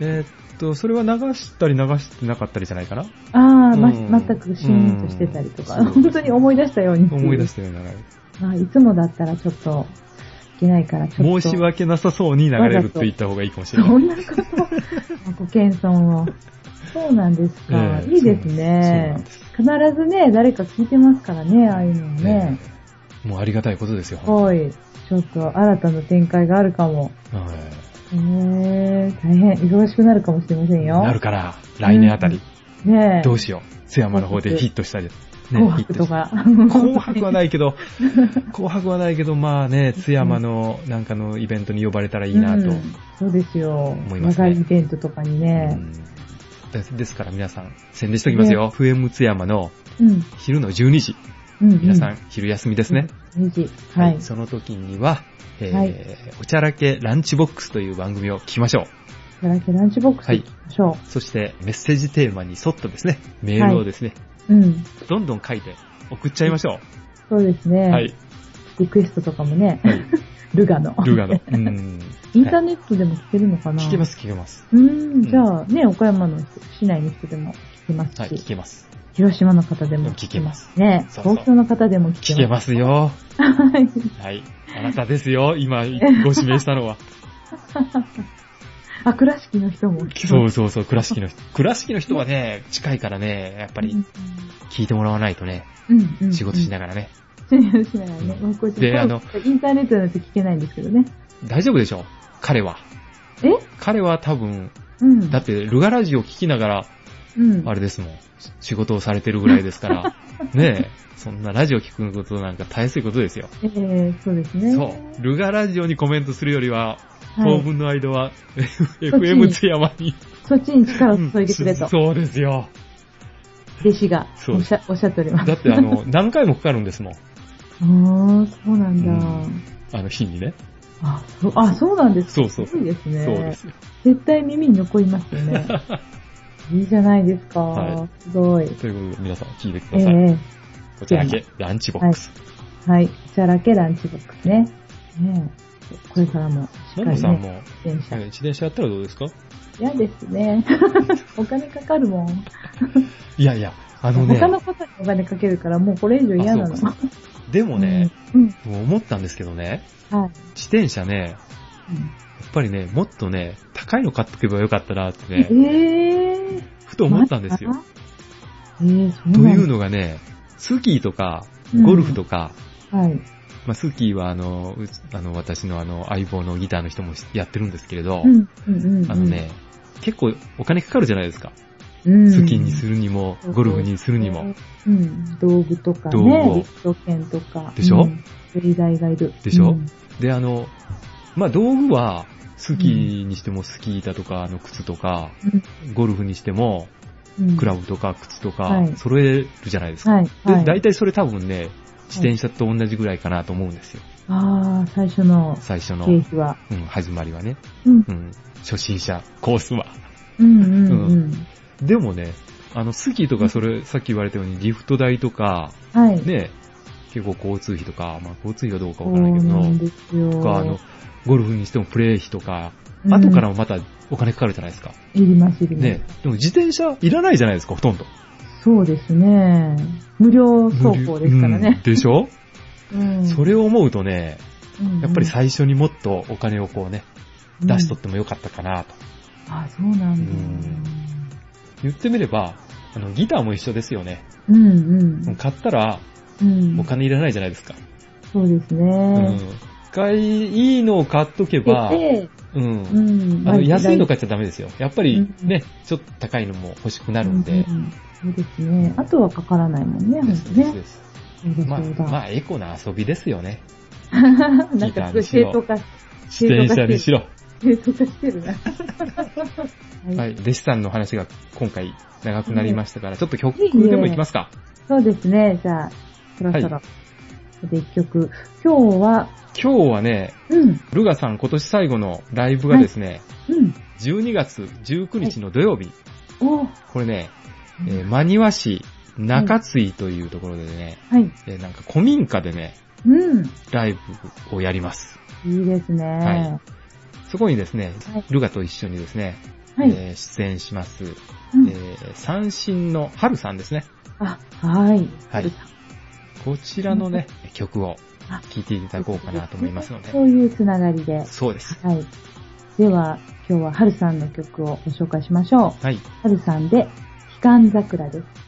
[SPEAKER 1] えーっと、それは流したり流してなかったりじゃないかな
[SPEAKER 2] ああ、ま、
[SPEAKER 1] うん
[SPEAKER 2] 全くシーンとしてたりとか、
[SPEAKER 1] うん
[SPEAKER 2] 本当に思い出したように。
[SPEAKER 1] 思い出してたような流れ。
[SPEAKER 2] まあ、いつもだったらちょっと、いけないから、ちょっと。
[SPEAKER 1] 申し訳なさそうに流れるって言った方がいいかもしれな
[SPEAKER 2] そ
[SPEAKER 1] い。
[SPEAKER 2] んなこと。ご謙遜を。そうなんですか。
[SPEAKER 1] ええ
[SPEAKER 2] いいです
[SPEAKER 1] そうなん
[SPEAKER 2] ね
[SPEAKER 1] で。す
[SPEAKER 2] 必ずね、誰か聞いてますからね、ああいうのもね。
[SPEAKER 1] もうありがたいことですよ、
[SPEAKER 2] おい、ちょっと新たな展開があるかも。
[SPEAKER 1] 本当に
[SPEAKER 2] えー、大変、忙しくなるかもしれません
[SPEAKER 1] は
[SPEAKER 2] よ。
[SPEAKER 1] い。なるから、来年あたり、
[SPEAKER 2] ねえ。
[SPEAKER 1] どうしよう。津山の方でヒットしたり。ね、
[SPEAKER 2] 紅
[SPEAKER 1] ヒッ
[SPEAKER 2] 白
[SPEAKER 1] ト
[SPEAKER 2] と
[SPEAKER 1] した
[SPEAKER 2] か。
[SPEAKER 1] 紅白はないけ ど、紅白はないけど、まあね、津山のなんかのイベントに呼ばれたらいいなと。
[SPEAKER 2] うんそうですよ。
[SPEAKER 1] 思いますね
[SPEAKER 2] 若いイベントとかに
[SPEAKER 1] う
[SPEAKER 2] ね。
[SPEAKER 1] んですですから皆さん、宣伝しておきますよ。FM 津山の
[SPEAKER 2] うん。
[SPEAKER 1] 昼の12時。
[SPEAKER 2] うん。う
[SPEAKER 1] 皆さん、昼休みですね。
[SPEAKER 2] 2時。はい。
[SPEAKER 1] その時には、えー
[SPEAKER 2] はい
[SPEAKER 1] おちゃらけランチボックスという番組を聞きましょう。
[SPEAKER 2] ガラケランチボックス。
[SPEAKER 1] はい。
[SPEAKER 2] しょ
[SPEAKER 1] そして、メッセージテーマに沿ったですね、メールをですね、
[SPEAKER 2] う。うん。
[SPEAKER 1] どんどん書いて送っちゃいましょ
[SPEAKER 2] そうですね。
[SPEAKER 1] う。はい。
[SPEAKER 2] リクエストとかもね、
[SPEAKER 1] はい。
[SPEAKER 2] ルガの。
[SPEAKER 1] ルガの。うん。
[SPEAKER 2] インター
[SPEAKER 1] ネ
[SPEAKER 2] ネットでも聞けるのかな。
[SPEAKER 1] 聞けますす、聞けます。
[SPEAKER 2] うーん、じゃあね、岡山の市内の人でも聞けますし、
[SPEAKER 1] はい、聞けます。
[SPEAKER 2] 広島の方でもす。ね、
[SPEAKER 1] そうそう
[SPEAKER 2] 東京の方でも
[SPEAKER 1] 聞
[SPEAKER 2] 聞
[SPEAKER 1] け
[SPEAKER 2] けます。
[SPEAKER 1] ますよ。
[SPEAKER 2] はい。
[SPEAKER 1] はい。あなたですよ、今、ご指名したのは。
[SPEAKER 2] あ、倉敷の人も 聞け
[SPEAKER 1] そ
[SPEAKER 2] ま
[SPEAKER 1] う
[SPEAKER 2] す。
[SPEAKER 1] そうそう、倉敷の人。倉敷の人はね、近いからね、やっぱり聞いてもらわないとね、
[SPEAKER 2] うん。うん、うん。
[SPEAKER 1] 仕事しながらね。
[SPEAKER 2] 仕事しながらね。
[SPEAKER 1] うん
[SPEAKER 2] もうこうやって
[SPEAKER 1] であの
[SPEAKER 2] インターネットだと聞けないんですけどね。
[SPEAKER 1] 大丈夫でしょ彼は。
[SPEAKER 2] え
[SPEAKER 1] 彼は多分、
[SPEAKER 2] うん。
[SPEAKER 1] だって、ルガラジオ聞きながら、
[SPEAKER 2] うん。
[SPEAKER 1] あれですもん。仕事をされてるぐらいです から。ねえ。そんなラジオ聞くことなんか大変すいことですよ。
[SPEAKER 2] えー、そうですね。
[SPEAKER 1] そう。ルガラジオにコメントするよりは、
[SPEAKER 2] は
[SPEAKER 1] 当
[SPEAKER 2] い。
[SPEAKER 1] 分の間 は、
[SPEAKER 2] そっちに
[SPEAKER 1] FM 津山に。
[SPEAKER 2] そっちに力を注いでくれと、
[SPEAKER 1] そうですよ。
[SPEAKER 2] 弟子が
[SPEAKER 1] そう
[SPEAKER 2] おっしゃおっしゃっております。
[SPEAKER 1] だってあの、 何回もかかるんですもん。
[SPEAKER 2] あー、そうなんだ。
[SPEAKER 1] うんあの、日にね。
[SPEAKER 2] あそうあ、そうなんですか。
[SPEAKER 1] そうそう
[SPEAKER 2] すごいですね。
[SPEAKER 1] そうですよ。
[SPEAKER 2] 絶対耳に残りますよ ね。いいじゃないですか。
[SPEAKER 1] は
[SPEAKER 2] すごい。
[SPEAKER 1] ということで、皆さん聞いてくだ
[SPEAKER 2] え
[SPEAKER 1] さい。
[SPEAKER 2] え
[SPEAKER 1] こちらだけ、ランチボックス。
[SPEAKER 2] はい。じゃらけランチボックスね。ねえこれからもし
[SPEAKER 1] も
[SPEAKER 2] っか
[SPEAKER 1] も
[SPEAKER 2] り
[SPEAKER 1] さん
[SPEAKER 2] ね、
[SPEAKER 1] も、
[SPEAKER 2] 電車
[SPEAKER 1] あの。自転車やったらどうですか
[SPEAKER 2] 嫌ですね。 お金かかるもん。
[SPEAKER 1] いやいや、あのね
[SPEAKER 2] 他、のことにお金かけるから、もうこれ以上嫌な
[SPEAKER 1] あ
[SPEAKER 2] の
[SPEAKER 1] そう。かでもね、
[SPEAKER 2] うん。
[SPEAKER 1] もう思ったんですけどね、
[SPEAKER 2] うん。はい。
[SPEAKER 1] 自転車ね、やっぱりね、もっとね、高いの買っとけばよかったなってね
[SPEAKER 2] う、んええ
[SPEAKER 1] ふと思ったんですよ。。
[SPEAKER 2] ええそう
[SPEAKER 1] という
[SPEAKER 2] の
[SPEAKER 1] のがね、スキーとか、ゴルフとか、
[SPEAKER 2] はい。
[SPEAKER 1] まあ、スキーはあの、うちあの、私のあの、相棒のギターの人もやってるんですけれど、
[SPEAKER 2] うん。うん。うん
[SPEAKER 1] あの、ね、結構お金かかるじゃないですか。
[SPEAKER 2] うん
[SPEAKER 1] スキーにするにも、ゴルフにするにも。。
[SPEAKER 2] うん。道具とかね、
[SPEAKER 1] 道具を
[SPEAKER 2] リフト券とか。
[SPEAKER 1] でしょ
[SPEAKER 2] うん水材がいる。
[SPEAKER 1] でしょ
[SPEAKER 2] うん
[SPEAKER 1] で、あの、まあ、道具は、スキーにしてもスキー板とか、あの、靴とか、ゴルフにしても、
[SPEAKER 2] うん
[SPEAKER 1] クラブとか靴とか
[SPEAKER 2] はい、
[SPEAKER 1] 揃えるじゃないですか。
[SPEAKER 2] はい。は
[SPEAKER 1] で、大
[SPEAKER 2] い。
[SPEAKER 1] 体それ多分ね、自転車と同じぐらいかなと思うんですよ。
[SPEAKER 2] ああ、最初の
[SPEAKER 1] 最初の、
[SPEAKER 2] 経費は。
[SPEAKER 1] うん、始まりはね。
[SPEAKER 2] うん
[SPEAKER 1] う。ん、初心者、コースは。
[SPEAKER 2] うんうんうん。
[SPEAKER 1] でもね、あの、スキーとかそれ、さっき言われたようにギフト代とか、
[SPEAKER 2] はい。
[SPEAKER 1] ね、結構交通費とか、まあ、交通費はどうか
[SPEAKER 2] そ
[SPEAKER 1] わからないうけど
[SPEAKER 2] なん
[SPEAKER 1] も、
[SPEAKER 2] ですよ。
[SPEAKER 1] とか、あの、ゴルフにしてもプレー費とか、
[SPEAKER 2] うん
[SPEAKER 1] 後からもまたお金かかるじゃないですか。
[SPEAKER 2] いります、いります。
[SPEAKER 1] ね、でも自転車いらないじゃないですか、ほとんど。
[SPEAKER 2] そうですね。無料走行ですから
[SPEAKER 1] うん
[SPEAKER 2] ね。
[SPEAKER 1] でしょ
[SPEAKER 2] うん
[SPEAKER 1] それを思うとね、やっぱり、
[SPEAKER 2] うん
[SPEAKER 1] 最初にもっとお金をこうね、
[SPEAKER 2] うん
[SPEAKER 1] 出しとってもよかったかなと。
[SPEAKER 2] あ、そうなんだ。
[SPEAKER 1] 言ってみれば、あの、ギターも一緒ですよね。
[SPEAKER 2] うんうん。
[SPEAKER 1] 買ったら
[SPEAKER 2] うん
[SPEAKER 1] お金いらないじゃないですか。
[SPEAKER 2] そうです
[SPEAKER 1] うん
[SPEAKER 2] ね。。
[SPEAKER 1] 買い、いいのを買っとけ
[SPEAKER 2] で
[SPEAKER 1] ば、うん。
[SPEAKER 2] ん
[SPEAKER 1] あの、安いの
[SPEAKER 2] か
[SPEAKER 1] 買っちゃダメですよ。やっぱりね、ちょっと高いのも欲しくなるんで
[SPEAKER 2] う。んそうですね。あとはかからないもんね、ほん
[SPEAKER 1] です
[SPEAKER 2] と
[SPEAKER 1] です
[SPEAKER 2] ね。
[SPEAKER 1] です
[SPEAKER 2] そうだ
[SPEAKER 1] まあ、
[SPEAKER 2] そうだ。
[SPEAKER 1] まあ、エコな遊びですよね。
[SPEAKER 2] なんかすごい正当化、
[SPEAKER 1] 自転車にしろ。
[SPEAKER 2] 正当化してるな。。
[SPEAKER 1] はいい。弟子さんの話が今回長くなりましたから、ちょっと曲でもいきますか。
[SPEAKER 2] そうですね。じゃあ、そろそ
[SPEAKER 1] は
[SPEAKER 2] ろ。で、一曲。今日は、
[SPEAKER 1] 今日はね、
[SPEAKER 2] うん、
[SPEAKER 1] ルガさん今年最後のライブがですね、
[SPEAKER 2] うん。
[SPEAKER 1] 12月19日の土曜日、
[SPEAKER 2] おー
[SPEAKER 1] これね、えー、真庭市中津井というところでね、
[SPEAKER 2] はい。
[SPEAKER 1] えーなんか古民家でね、
[SPEAKER 2] うん。
[SPEAKER 1] ライブをやります。
[SPEAKER 2] いいですね。
[SPEAKER 1] そこにですね、
[SPEAKER 2] はい
[SPEAKER 1] ルガと一緒にですね、
[SPEAKER 2] はい。
[SPEAKER 1] えー出演します、
[SPEAKER 2] うん
[SPEAKER 1] えー三振の春さんですね。
[SPEAKER 2] あ、はい。
[SPEAKER 1] はいこちらのね、曲を
[SPEAKER 2] あ
[SPEAKER 1] 聴いていただこうかなと思いますので。
[SPEAKER 2] そういうつながりで。は
[SPEAKER 1] そうです。
[SPEAKER 2] い。では、今日は春さんの曲をご紹介しましょう。
[SPEAKER 1] はい。
[SPEAKER 2] 春さんで、悲観桜です。
[SPEAKER 3] 「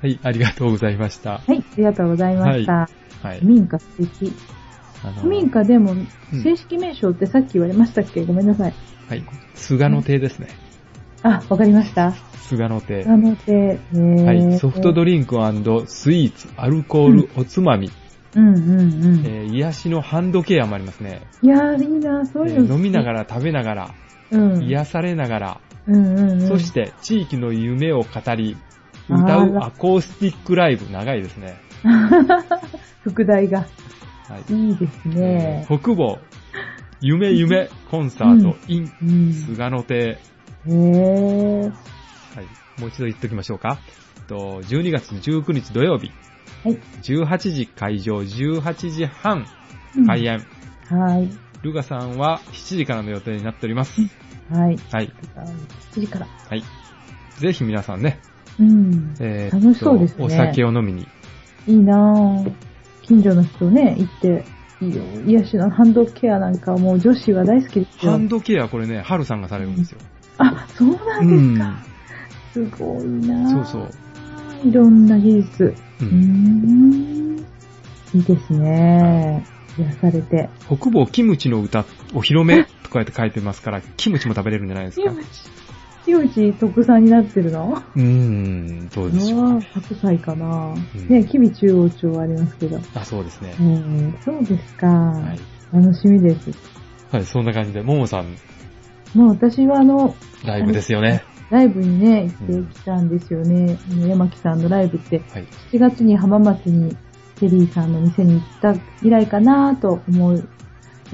[SPEAKER 1] はい、ありがとうございました。
[SPEAKER 2] はい、ありがとうございました。
[SPEAKER 1] はい。
[SPEAKER 2] 民家素敵。
[SPEAKER 1] あの
[SPEAKER 2] 古民家でも
[SPEAKER 1] ん
[SPEAKER 2] 正式名称ってさっき言われましたっけ、ごめんなさい。
[SPEAKER 1] はい。菅野亭ですね。
[SPEAKER 2] あ、わかりました。
[SPEAKER 1] 菅野亭。
[SPEAKER 2] なので、えー
[SPEAKER 1] はい。ソフトドリンクスイーツ、アルコール、おつまみ、
[SPEAKER 2] うんうんうん。
[SPEAKER 1] えー癒しのハンドケアもありますね。
[SPEAKER 2] いやー、いいな、そういうの、
[SPEAKER 1] えー飲みなが
[SPEAKER 2] ら、
[SPEAKER 1] ら食べながら、
[SPEAKER 2] うん、
[SPEAKER 1] 癒されながら、
[SPEAKER 2] うんうんうん、、
[SPEAKER 1] そしてて地域の夢を語り、歌う
[SPEAKER 2] あら
[SPEAKER 1] アコースティックライブ、長いですね。
[SPEAKER 2] 副題が、
[SPEAKER 1] はい。
[SPEAKER 2] いいですね。
[SPEAKER 1] 北坊、夢夢、コンサート、in、
[SPEAKER 2] うん。
[SPEAKER 1] 菅野亭。
[SPEAKER 2] へー。
[SPEAKER 1] はい。もう一度言っておきましょうか。えっと12月19日土曜日、
[SPEAKER 2] はい。
[SPEAKER 1] 18時会場、18時半
[SPEAKER 2] うん
[SPEAKER 1] 開演。
[SPEAKER 2] はい。
[SPEAKER 1] ルガさんは7時からの予定になっております。
[SPEAKER 2] はい。
[SPEAKER 1] はい。
[SPEAKER 2] 7時から。
[SPEAKER 1] はい。ぜひ皆さんね、
[SPEAKER 2] うん。
[SPEAKER 1] え
[SPEAKER 2] 楽しそうですね
[SPEAKER 1] お酒を飲みに。
[SPEAKER 2] いいなぁ。近所の人ね、行って、いいよ。癒しのハンドケアなんかもう女子は大好きですよ。
[SPEAKER 1] ハンドケアこれね、ハルさんがされるんですよ。
[SPEAKER 2] あ、そうな
[SPEAKER 1] うんん
[SPEAKER 2] で。すか。すごいな
[SPEAKER 1] そ
[SPEAKER 2] ぁ。
[SPEAKER 1] うそう。
[SPEAKER 2] いろんな技術。
[SPEAKER 1] う。
[SPEAKER 2] うんん。いいですね。癒されて。
[SPEAKER 1] 北坊キムチの歌、お披露目とかって書いてますから、キムチも食べれるんじゃないです
[SPEAKER 2] キ
[SPEAKER 1] か。
[SPEAKER 2] ムチ、キムチ特産になってるの
[SPEAKER 1] うーん、どうでしょう。
[SPEAKER 2] あ白菜かな、
[SPEAKER 1] ん
[SPEAKER 2] ね、キビ中央町はありますけど。
[SPEAKER 1] あ、そうですね。
[SPEAKER 2] うん、そうですか、
[SPEAKER 1] はい。
[SPEAKER 2] 楽しみです。
[SPEAKER 1] はい、そんな感じで、ももさん、
[SPEAKER 2] もう私はあの、
[SPEAKER 1] ライブですよね。
[SPEAKER 2] ライブにね、行ってきたんですよね。あの山木さんのライブって、
[SPEAKER 1] はい。
[SPEAKER 2] 7月に浜松にテリーさんの店に行った以来かなと思う、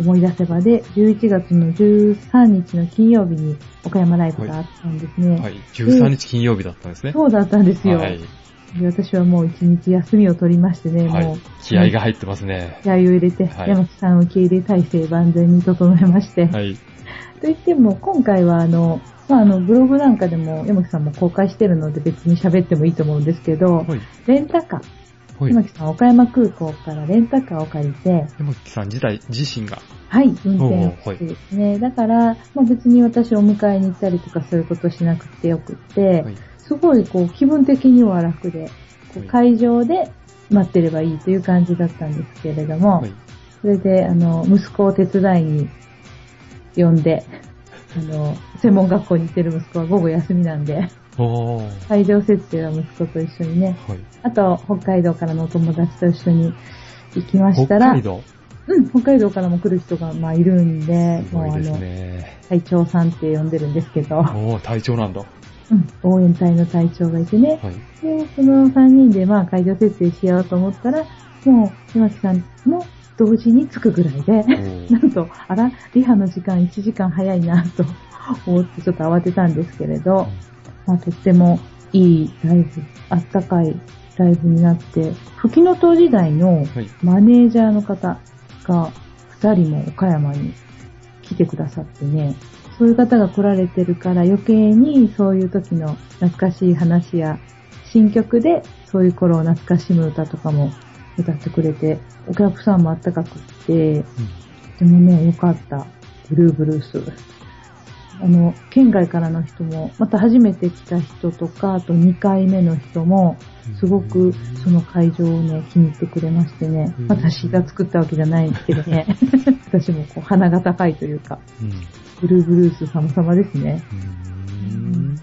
[SPEAKER 2] 思い出せばで、11月の13日の金曜日に岡山ライブがあったんですね。
[SPEAKER 1] はい。13日金曜日だったんですね。
[SPEAKER 2] そうだったんですよ。
[SPEAKER 1] はい。
[SPEAKER 2] で私はもう一日休みを取りましてね、
[SPEAKER 1] は
[SPEAKER 2] も。
[SPEAKER 1] いう気合が入ってますね。
[SPEAKER 2] 気合を入れて、
[SPEAKER 1] はい
[SPEAKER 2] 山木さんを受け入れ体制万全に整えまして。
[SPEAKER 1] はい。
[SPEAKER 2] といっても、今回はあの、まあ、あの、ブログなんかでも山木さんも公開してるので別に喋ってもいいと思うんですけど、
[SPEAKER 1] はい。
[SPEAKER 2] レンタカー。
[SPEAKER 1] はい。
[SPEAKER 2] 山木さんは岡山空港からレンタカーを借りて、
[SPEAKER 1] 山木さん自体、自身が。
[SPEAKER 2] はい、運転をしてですね。だから、まあ、別に私お迎えに行ったりとかそういうことしなくてよくって、
[SPEAKER 1] はい。
[SPEAKER 2] すごいこう気分的には楽で、こう
[SPEAKER 1] はい
[SPEAKER 2] 会場で待ってればいいという感じだったんですけれども、
[SPEAKER 1] はい。
[SPEAKER 2] それで、あの、息子を手伝いに呼んで、あの、専門学校に行ってる息子は午後休みなんで、
[SPEAKER 1] おー。
[SPEAKER 2] 会場設定は息子と一緒にね、
[SPEAKER 1] はい。
[SPEAKER 2] あと、北海道からのお友達と一緒に行きまし
[SPEAKER 1] 北
[SPEAKER 2] たら、
[SPEAKER 1] 海道。
[SPEAKER 2] うん、北海道からも来る人が、まあ、いるんで、
[SPEAKER 1] すごいです
[SPEAKER 2] もうあの、
[SPEAKER 1] ね。
[SPEAKER 2] 隊長さんって呼んでるんですけど、
[SPEAKER 1] おー、隊長なんだ。は
[SPEAKER 2] うん、応援隊の隊長がいてね、
[SPEAKER 1] い。
[SPEAKER 2] で、その3人で、まあ、会場設定しようと思ったら、もう、岩木さんも同時に着くぐらいで、
[SPEAKER 1] おー
[SPEAKER 2] なんと、あら、リハの時間1時間早いなと思ってちょっと慌てたんですけれど、まあ、とってもいいライブ、あったかいライブになって、吹きの塔時代の
[SPEAKER 1] はい。
[SPEAKER 2] マネージャーの方が2人も岡山に来てくださってね、そういう方が来られてるから余計にそういう時の懐かしい話や新曲でそういう頃を懐かしむ歌とかも歌ってくれて、お客さんもあったかくって、でもね、良かった。ブルーブルース。あの、県外からの人も、また初めて来た人とか、あと2回目の人も、すごくその会場をね、気に入ってくれましてね
[SPEAKER 1] うん、
[SPEAKER 2] 私が作ったわけじゃないんですけどね、 私もこう鼻が高いというか、
[SPEAKER 1] うん。う
[SPEAKER 2] ブルーブルース様々ですね。
[SPEAKER 1] ん。
[SPEAKER 2] で、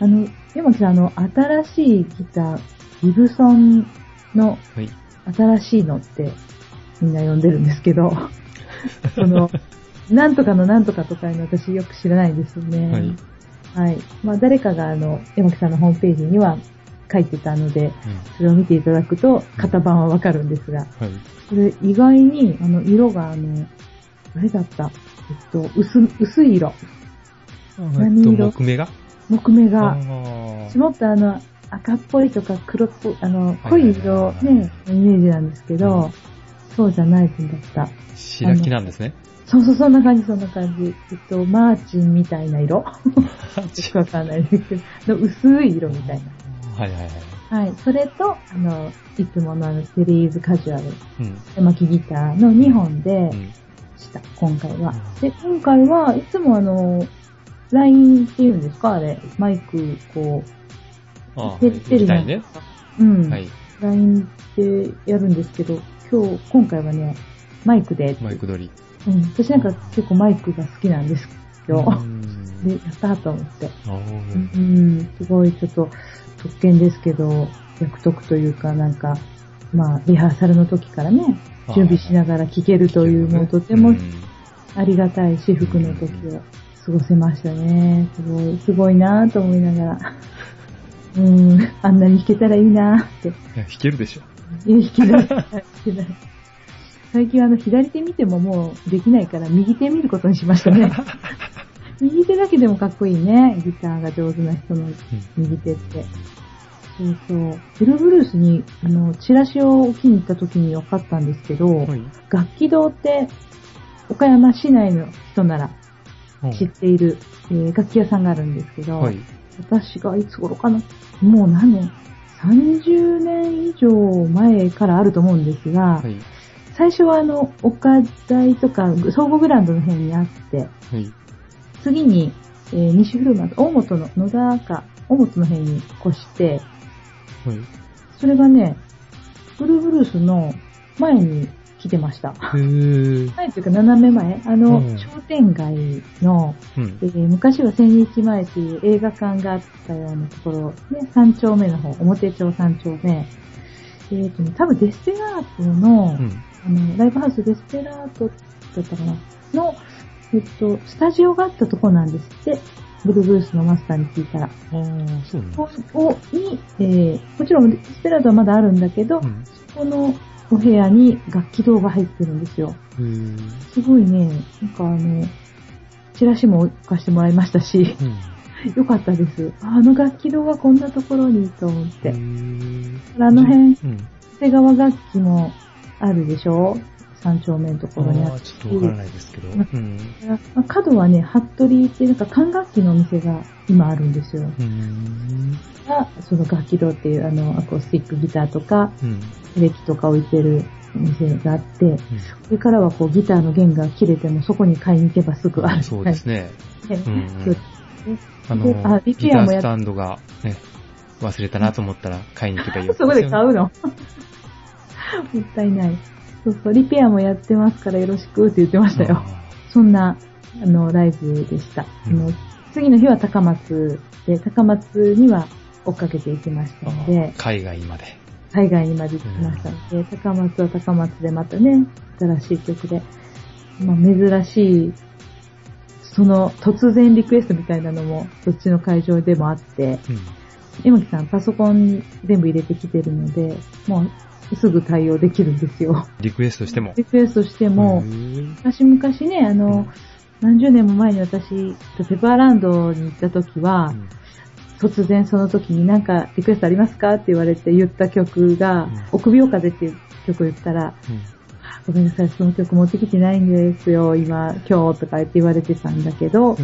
[SPEAKER 2] あの、山木さん、あの、新しいギター、ギブソンの
[SPEAKER 1] はい。
[SPEAKER 2] 新しいのってみんな呼んでるんですけど、その、なんとかのなんとかとかいうの私よく知らないんですよね。
[SPEAKER 1] はい。
[SPEAKER 2] はい。まあ誰かがあの、山木さんのホームページには書いてたので、
[SPEAKER 1] うん
[SPEAKER 2] それを見ていただくと型番はわかるんですが、
[SPEAKER 1] はい。
[SPEAKER 2] それ意外にあの、色があの、あれだった。えっと、薄、薄い色。
[SPEAKER 1] えっと、
[SPEAKER 2] 色
[SPEAKER 1] 木目が
[SPEAKER 2] 木目が
[SPEAKER 1] あ。ー
[SPEAKER 2] もっとあの、赤っぽいとか黒っぽい、あの、
[SPEAKER 1] はい
[SPEAKER 2] 濃
[SPEAKER 1] はい
[SPEAKER 2] い
[SPEAKER 1] はいは
[SPEAKER 2] 色
[SPEAKER 1] い
[SPEAKER 2] ね、イメージなんですけ
[SPEAKER 1] う
[SPEAKER 2] ど
[SPEAKER 1] ん、
[SPEAKER 2] そうじゃない分だった。
[SPEAKER 1] 白木なんですね。
[SPEAKER 2] そうそう、そんな感じ、そんな感じ。えっと、マーチンみたいな色よくわかんないですけど、の薄い色みたいな。
[SPEAKER 1] はいはいはい。
[SPEAKER 2] はい。それと、あの、いつものあの、シリーズカジュアル、
[SPEAKER 1] うん。
[SPEAKER 2] 手巻きギターの2本で
[SPEAKER 1] うん
[SPEAKER 2] した、今回は。で、今回はいつもあの、ラインっていうんですかあれ、マイク、こう、
[SPEAKER 1] ああ、は
[SPEAKER 2] て
[SPEAKER 1] い、
[SPEAKER 2] っぺ
[SPEAKER 1] 行
[SPEAKER 2] り
[SPEAKER 1] きた
[SPEAKER 2] ない
[SPEAKER 1] ね。
[SPEAKER 2] うん。
[SPEAKER 1] はい。
[SPEAKER 2] LINE でやるんですけど、今日、今回はね、マイクで、
[SPEAKER 1] マイク取り。
[SPEAKER 2] うん。私なんか結構マイクが好きなんですけど、
[SPEAKER 1] うん
[SPEAKER 2] で、やったーと思って。
[SPEAKER 1] あー
[SPEAKER 2] うん、すごいちょっと特権ですけど、役得というか、なんか、まあ、リハーサルの時からね、
[SPEAKER 1] あー
[SPEAKER 2] 準備しながら聴けるという、もうとて
[SPEAKER 1] う
[SPEAKER 2] も
[SPEAKER 1] ん
[SPEAKER 2] ありがたい私服の時を過ごせましたね。すごい、すごいなぁと思いながら。うん、あんなに弾けたらいいなぁって。
[SPEAKER 1] いや弾けるでしょ。
[SPEAKER 2] いや、弾けない。弾けない。最近あの、左手見てももうできないから、右手見ることにしました ね。右手だけでもかっこいいね。ギターが上手な人の右手って。そうそう。フルブルースに、あの、チラシを置きに行った時に分かったんですけど、
[SPEAKER 1] はい。
[SPEAKER 2] 楽器堂って、岡山市内の人なら知っている、えー楽器屋さんがあるんですけど、
[SPEAKER 1] はい。
[SPEAKER 2] 私がいつ頃かなもう何年 ?30 年以上前からあると思うんですが、
[SPEAKER 1] はい。
[SPEAKER 2] 最初はあの、岡台とか、総合グラウンドの辺にあって、
[SPEAKER 1] はい。
[SPEAKER 2] 次に、えー西古松、大本の、野田か、大本の辺に越して、
[SPEAKER 1] はい。
[SPEAKER 2] それがね、ブルーブルースの前に来てました。
[SPEAKER 1] へぇー。
[SPEAKER 2] 前というか斜め前、あの、
[SPEAKER 1] うん
[SPEAKER 2] 商店街の、
[SPEAKER 1] うん
[SPEAKER 2] え。ー昔は千日前という映画館があったようなところ、ね、三丁目の方、表町三丁目。えーとね、多分デスペラートの、
[SPEAKER 1] うん。
[SPEAKER 2] あの、ライブハウスデスペラートだったかなの、えっと、スタジオがあったとこなんですって、ブルーブルースのマスターに聞いたら。
[SPEAKER 1] あー、そうなんだ
[SPEAKER 2] ここに、えーもちろんデスペラートはまだあるんだけど、
[SPEAKER 1] うん
[SPEAKER 2] そこのお部屋に楽器堂が入ってるんですよ。
[SPEAKER 1] へぇー。
[SPEAKER 2] すごいね、なんかあの、チラシも置かしてもらいましたし、
[SPEAKER 1] うん。
[SPEAKER 2] よかったです。ああの楽器堂がこんなところにと思っ
[SPEAKER 1] へ
[SPEAKER 2] て。
[SPEAKER 1] ー
[SPEAKER 2] あの辺、
[SPEAKER 1] うん。
[SPEAKER 2] 瀬川楽器もあるでしょ三丁目のと
[SPEAKER 1] あ
[SPEAKER 2] ころにあ
[SPEAKER 1] ー、
[SPEAKER 2] って。
[SPEAKER 1] ちょっとわからないですけど。うん。
[SPEAKER 2] まあ角はね、服部ってなんか管楽器のお店が今あるんですよ。
[SPEAKER 1] うん。
[SPEAKER 2] が、その楽器堂っていうあの、アコースティックギターとか、
[SPEAKER 1] うん。
[SPEAKER 2] エレキとか置いてるお店があって、それからはこうギターの弦が切れてもそこに買いに行けばすぐあ
[SPEAKER 1] うん
[SPEAKER 2] る。
[SPEAKER 1] そうですね。
[SPEAKER 2] はい。
[SPEAKER 1] うんうんあの
[SPEAKER 2] であ、
[SPEAKER 1] ギ
[SPEAKER 2] リ
[SPEAKER 1] タ
[SPEAKER 2] ペア
[SPEAKER 1] ー
[SPEAKER 2] もや
[SPEAKER 1] ス
[SPEAKER 2] っ
[SPEAKER 1] タンドがね、忘れたなと思ったら買いに行けばいいよ。
[SPEAKER 2] そこで買 うのもったいない。そうそう、リペアもやってますからよろしくって言ってましたよ。そんな、あの、ライブでした。あ
[SPEAKER 1] う
[SPEAKER 2] の
[SPEAKER 1] ん
[SPEAKER 2] 次の日は高松で、高松には追っかけていきましたので
[SPEAKER 1] あー、海外まで。
[SPEAKER 2] 海外にまで行きましたので、高松は高松でまたね、新しい曲で、まあ珍しい、その突然リクエストみたいなのも、どっちの会場でもあって、
[SPEAKER 1] うん。
[SPEAKER 2] 山木さんパソコンに全部入れてきてるので、もうすぐ対応できるんですよ。
[SPEAKER 1] リクエストしても。
[SPEAKER 2] リクエストしても
[SPEAKER 1] へ、ー
[SPEAKER 2] 昔々ね、あの、何十年も前に私、ペパーランドに行った時は、
[SPEAKER 1] うん
[SPEAKER 2] 突然その時になんかリクエストありますかって言われて言った曲が、臆病風っていう曲を言ったら、
[SPEAKER 1] うん
[SPEAKER 2] ごめんなさい、その曲持ってきてないんですよ、今、今日とか言って言われてたんだけど、